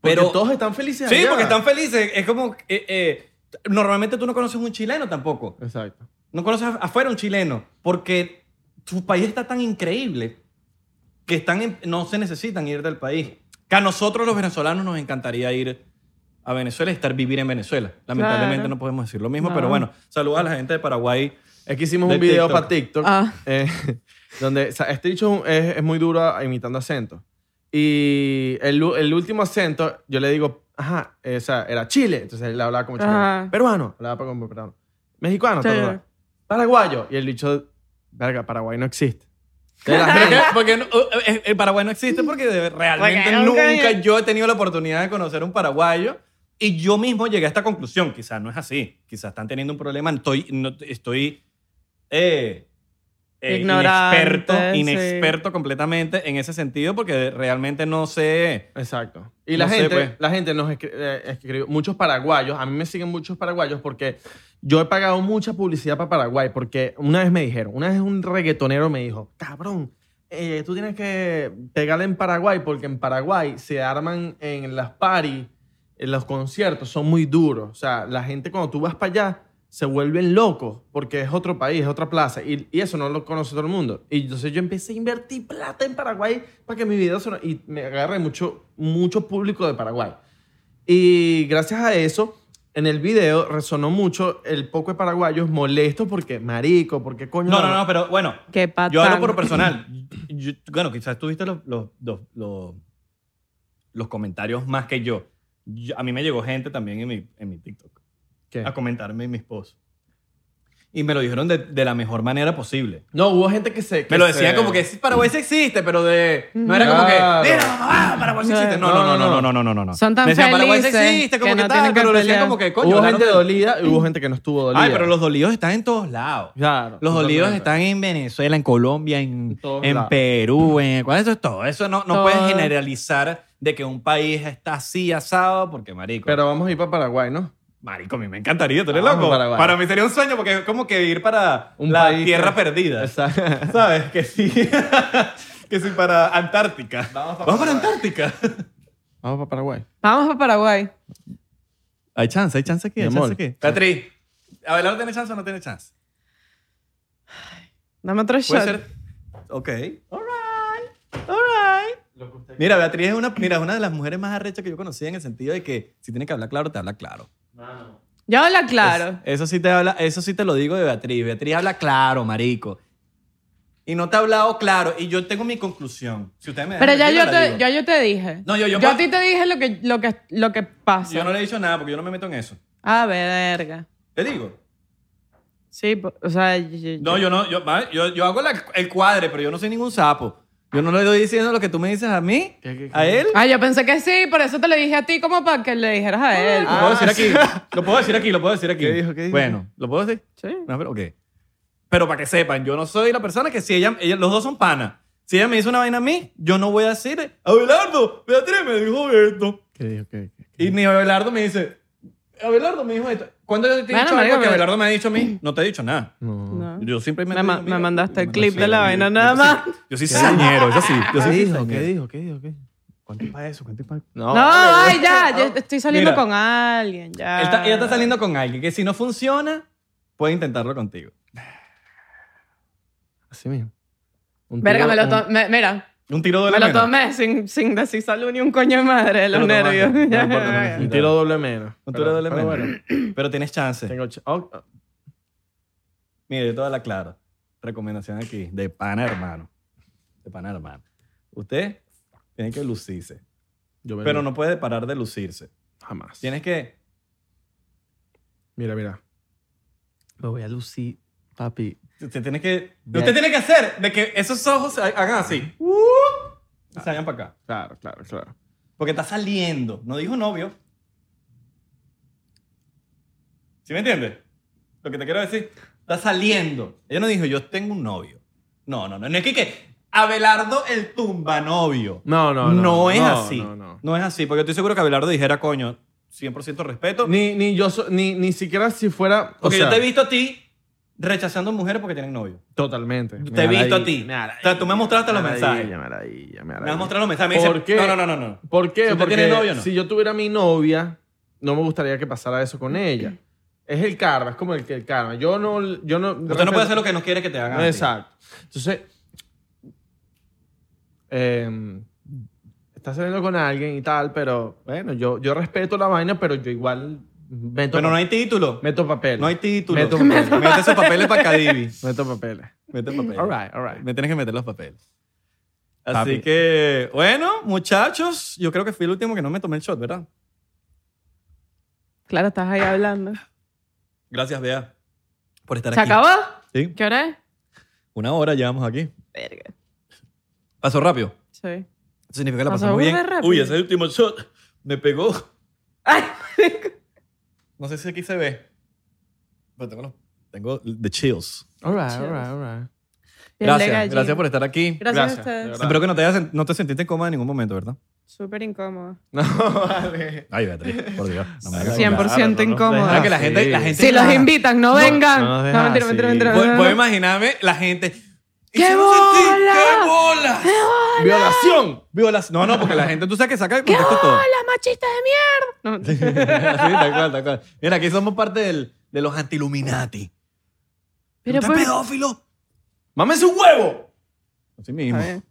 Pero Pero todos están felices. Sí, allá. porque están felices. Es como, eh, eh, normalmente tú no conoces un chileno tampoco. Exacto. No conoces af- afuera un chileno, porque tu país está tan increíble que están en- no se necesitan ir del país. Que a nosotros los venezolanos nos encantaría ir a Venezuela y estar vivir en Venezuela. Lamentablemente Claro. no podemos decir lo mismo, No. pero bueno, saludos a la gente de Paraguay. Es que hicimos De un video TikTok. para TikTok. Ah. eh, [LAUGHS] donde, o sea, este dicho es, es muy duro a- imitando acentos. Y el, u- el último acento, yo le digo, ajá, eh, o sea, era Chile. Entonces él hablaba como Ajá. chileno. Peruano, hablaba como peruano. Mexicano, Sí. tal, tal, tal. Paraguayo. Y el dicho, verga, Paraguay no existe. Entonces, [LAUGHS] la Pero gente- que- Porque no- eh, eh, el Paraguay no existe porque de- realmente Porque nunca- nunca yo he tenido la oportunidad de conocer un paraguayo y yo mismo llegué a esta conclusión. Quizás no es así. Quizás están teniendo un problema. Estoy, no- estoy eh, eh, Ignorante, inexperto, sí. inexperto completamente en ese sentido porque realmente no sé. Exacto. Y No la sé, gente, pues. la gente nos escri- eh, escribió, muchos paraguayos, a mí me siguen muchos paraguayos porque yo he pagado mucha publicidad para Paraguay porque una vez me dijeron, una vez un reggaetonero me dijo, cabrón, eh, tú tienes que pegarle en Paraguay porque en Paraguay se arman en las paris, en eh, los conciertos, son muy duros. O sea, la gente cuando tú vas para allá se vuelven locos porque es otro país, es otra plaza y, y eso no lo conoce todo el mundo. Y entonces yo empecé a invertir plata en Paraguay para que mi video sonara y me agarré mucho, mucho público de Paraguay. Y gracias a eso, en el video resonó mucho el poco de paraguayos molestos porque, marico, porque coño. No, no, no, pero bueno. Qué patán. Yo hablo por personal. Yo- bueno, quizás tuviste los, los, los, los- los comentarios más que yo. Yo- A mí me llegó gente también en mi, en mi TikTok. ¿Qué? a comentarme mis posts. Y me lo dijeron de, de la mejor manera posible. No, hubo gente que se. que Me lo decía se- como que "Sí, Paraguay sí existe, pero de... No era como Claro. que... "Mira, mamá, Paraguay sí existe. No, no, no, no, no, no, no, no. no. Son tan Me decían, Paraguay sí felices existe, como que que, no tal", tienen que pero lo decían pelear. como que, coño, Hubo ahora no gente te- dolida y hubo gente que no estuvo dolida. Ay, pero los dolidos están en todos lados. Claro, Los dolidos totalmente. están en Venezuela, en Colombia, en, todos en lados. Perú, en Ecuador. Eso es todo. Eso no, no Todo. puedes generalizar de que un país está así asado porque, marico... Pero vamos a ir para Paraguay, ¿no? Marico, a mí me encantaría, tú eres Vamos, loco. Paraguay. Para mí sería un sueño porque es como que ir para Un la país tierra que- perdida. Exacto. [LAUGHS] ¿Sabes? Que sí. [LAUGHS] que sí para Antártica. Vamos para, Antártica. Vamos para Paraguay. Vamos para Paraguay. [LAUGHS] Hay chance, hay chance aquí, Mi hay amor. chance aquí. Beatriz, ¿Abelardo tiene chance o no tiene chance? Dame otro Puede shot. ser. Ok. All right. All right. Mira, Beatriz es una, mira, es una de las mujeres más arrechas que yo conocía en el sentido de que si tiene que hablar claro, te habla claro. Ya habla claro. Eso sí te habla, eso sí te lo digo de Beatriz. Beatriz habla claro, marico. Y no te ha hablado claro. Y yo tengo mi conclusión. Si ustedes me Pero dejan decirla, ya yo, la te, digo. ya yo te dije. No, yo- yo a pa- ti te dije lo que, lo que, lo que pasa. Yo no le he dicho nada porque yo no me meto en eso. Ah, verga. Te digo. Sí, po- o sea... yo- No, yo no, yo, vale, yo, yo hago la- el cuadre, pero yo no soy ningún sapo. Yo no le estoy diciendo lo que tú me dices a mí, ¿Qué, qué, qué? a él. Ah, yo pensé que sí, por eso te lo dije a ti como para que le dijeras a él. Lo puedo decir aquí. Lo puedo decir aquí, lo puedo decir aquí. ¿Qué dijo, qué dijo? Bueno, ¿lo puedo decir? Sí. No, pero, ok. Pero para que sepan, yo no soy la persona que si ella, ella- los dos son panas. Si ella me hizo una vaina a mí, yo no voy a decir, Abelardo, Beatriz me dijo esto. ¿Qué dijo? ¿Qué, qué, qué? Y ni Abelardo me dice, Abelardo me dijo esto. ¿Cuándo yo te he dicho Bueno, algo marico, que pero- Abelardo me ha dicho a mí? No te he dicho nada. No. No. Yo simplemente... Me ma- digo, me mira, mandaste el me clip mandó- de la sí, vaina yo- nada yo más. sí- [LAUGHS] Yo soy cizañero, eso sí. Yo soy ¿Qué dijo? cizañero. ¿Qué dijo? ¿Qué dijo? ¿Qué? ¿Cuánto es para eso? ¿Cuánto es para No, ay, ya, yo estoy saliendo Mira. con alguien, ya. Él está- ella Ah. está saliendo con alguien que si no funciona, puede intentarlo contigo. Así mismo. Un Verga, tiro- me lo un- tomé, mira, Un tiro de me la lo mena. tomé sin, sin decir salud ni un coño de madre de Te los lo tomaste. nervios. [LAUGHS] No importa, no Un necesito. tiro doble menos. Un Pero- tiro de la pero mena. bueno, Pero tienes chance. tengo ch- oh, oh, Mire, yo toda la clara. Recomendación aquí, de pana hermano. De pana hermano. Usted tiene que lucirse, yo me- pero no puede parar de lucirse. Jamás. Tienes que... Mira, mira. Me voy a lucir, papi. Usted tiene que... Usted tiene que hacer de que esos ojos se hagan así. Uh, y se hagan para acá. Claro, claro, claro. Porque está saliendo. No dijo novio. ¿Sí me entiendes? Lo que te quiero decir. Está saliendo. Ella no dijo, yo tengo un novio. No, no, no. No es que, que Abelardo el tumba novio. No, no, no. no, es no, así. no, No, no. es así. Porque estoy seguro que Abelardo dijera, coño, 100% respeto. Ni, ni yo, so- ni, ni siquiera si fuera. o porque yo sea, te he visto a ti rechazando mujeres porque tienen novio. Totalmente. Te he visto a ti. O sea, tú me mostraste los mensajes. Me maravilla, Me me vas maravilla. a mostrar los mensajes. Me dice, ¿Por qué? No, no, no, no. no. ¿Por qué? Si usted Porque tiene novio, ¿no? si yo tuviera mi novia, no me gustaría que pasara eso con ella. Es el karma, es como el, que el karma. Yo no... Yo no Usted no puede hacer lo que no quiere que te hagan. a ti. Exacto. Entonces, eh, estás saliendo con alguien y tal, pero bueno, yo, yo respeto la vaina, pero yo igual meto, Pero no hay título. meto papeles. No hay título. [LAUGHS] Meto papeles. Mete esos papeles para Cadivi. meto papeles. Mete papeles. All right, all right. Me tienes que meter los papeles. Así Papi. que, bueno, muchachos, yo creo que fui el último que no me tomé el shot, ¿verdad? Claro, estás ahí hablando. Gracias, Bea, por estar ¿Se aquí. acabó? Sí, ¿Qué hora es? una hora llevamos aquí. Verga. Pasó rápido. Sí. Eso significa que la Pasó pasamos bien. burda rápido. Uy, ese último shot me pegó. Ay, No sé si aquí se ve. Pero tengo, los- tengo the chills. All right, all right, all right. piel de Gracias, gallina. gracias por estar aquí. Gracias, Gracias, a de ustedes. verdad. Espero que no te, hayas sen- no te sentiste cómoda en ningún momento, ¿verdad? Súper incómodo. [LAUGHS] No, vale. Ay, Beatriz, por Dios. No me hagas Cien por hablar. 100% incómodo. Ah, que la gente- la gente- Si los invitan, no vengan. no nos No, dejas mentira, mentira, así. mentira. Voy, no, no, voy a no. imaginarme la gente. ¡Qué Hicimos sentir- bola! ¡Qué bola! ¡Violación! Violas- No, no, porque la gente, tú sabes que saca de contexto todo. ¡Hola, machista de mierda! [LAUGHS] No, Sí, [LAUGHS] tal cual, tal cual. Mira, aquí somos parte del- de los antiluminati. pero Usted es pues... pedófilo. ¡Mames un huevo! Así mismo. Está bien.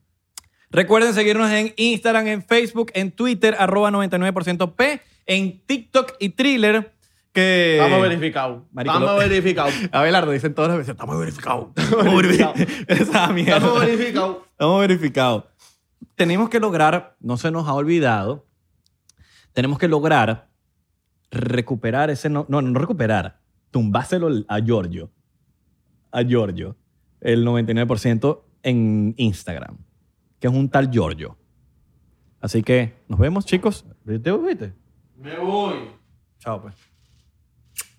Recuerden seguirnos en Instagram, en Facebook, en Twitter, arroba 99% P, en TikTok y Thriller. Que... Vamos verificado. É. Marico, Vamos lo- [LAUGHS] verificado. Abelardo, dicen todas las veces, estamos verificados. [LAUGHS] Estamos verificados. Esa mierda. Vamos verificado. Estamos verificados. Tenemos que lograr, no se nos ha olvidado, tenemos que lograr recuperar ese. No, no, no recuperar, tumbárselo al- a Giorgio. A Giorgio. El 99% en Instagram, que es un tal Giorgio. Así que nos vemos, chicos. ¿Te viste? Me voy. Chao, pues.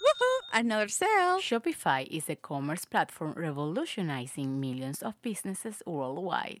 Woohoo! Another sale! Shopify is a commerce platform revolutionizing millions of businesses worldwide.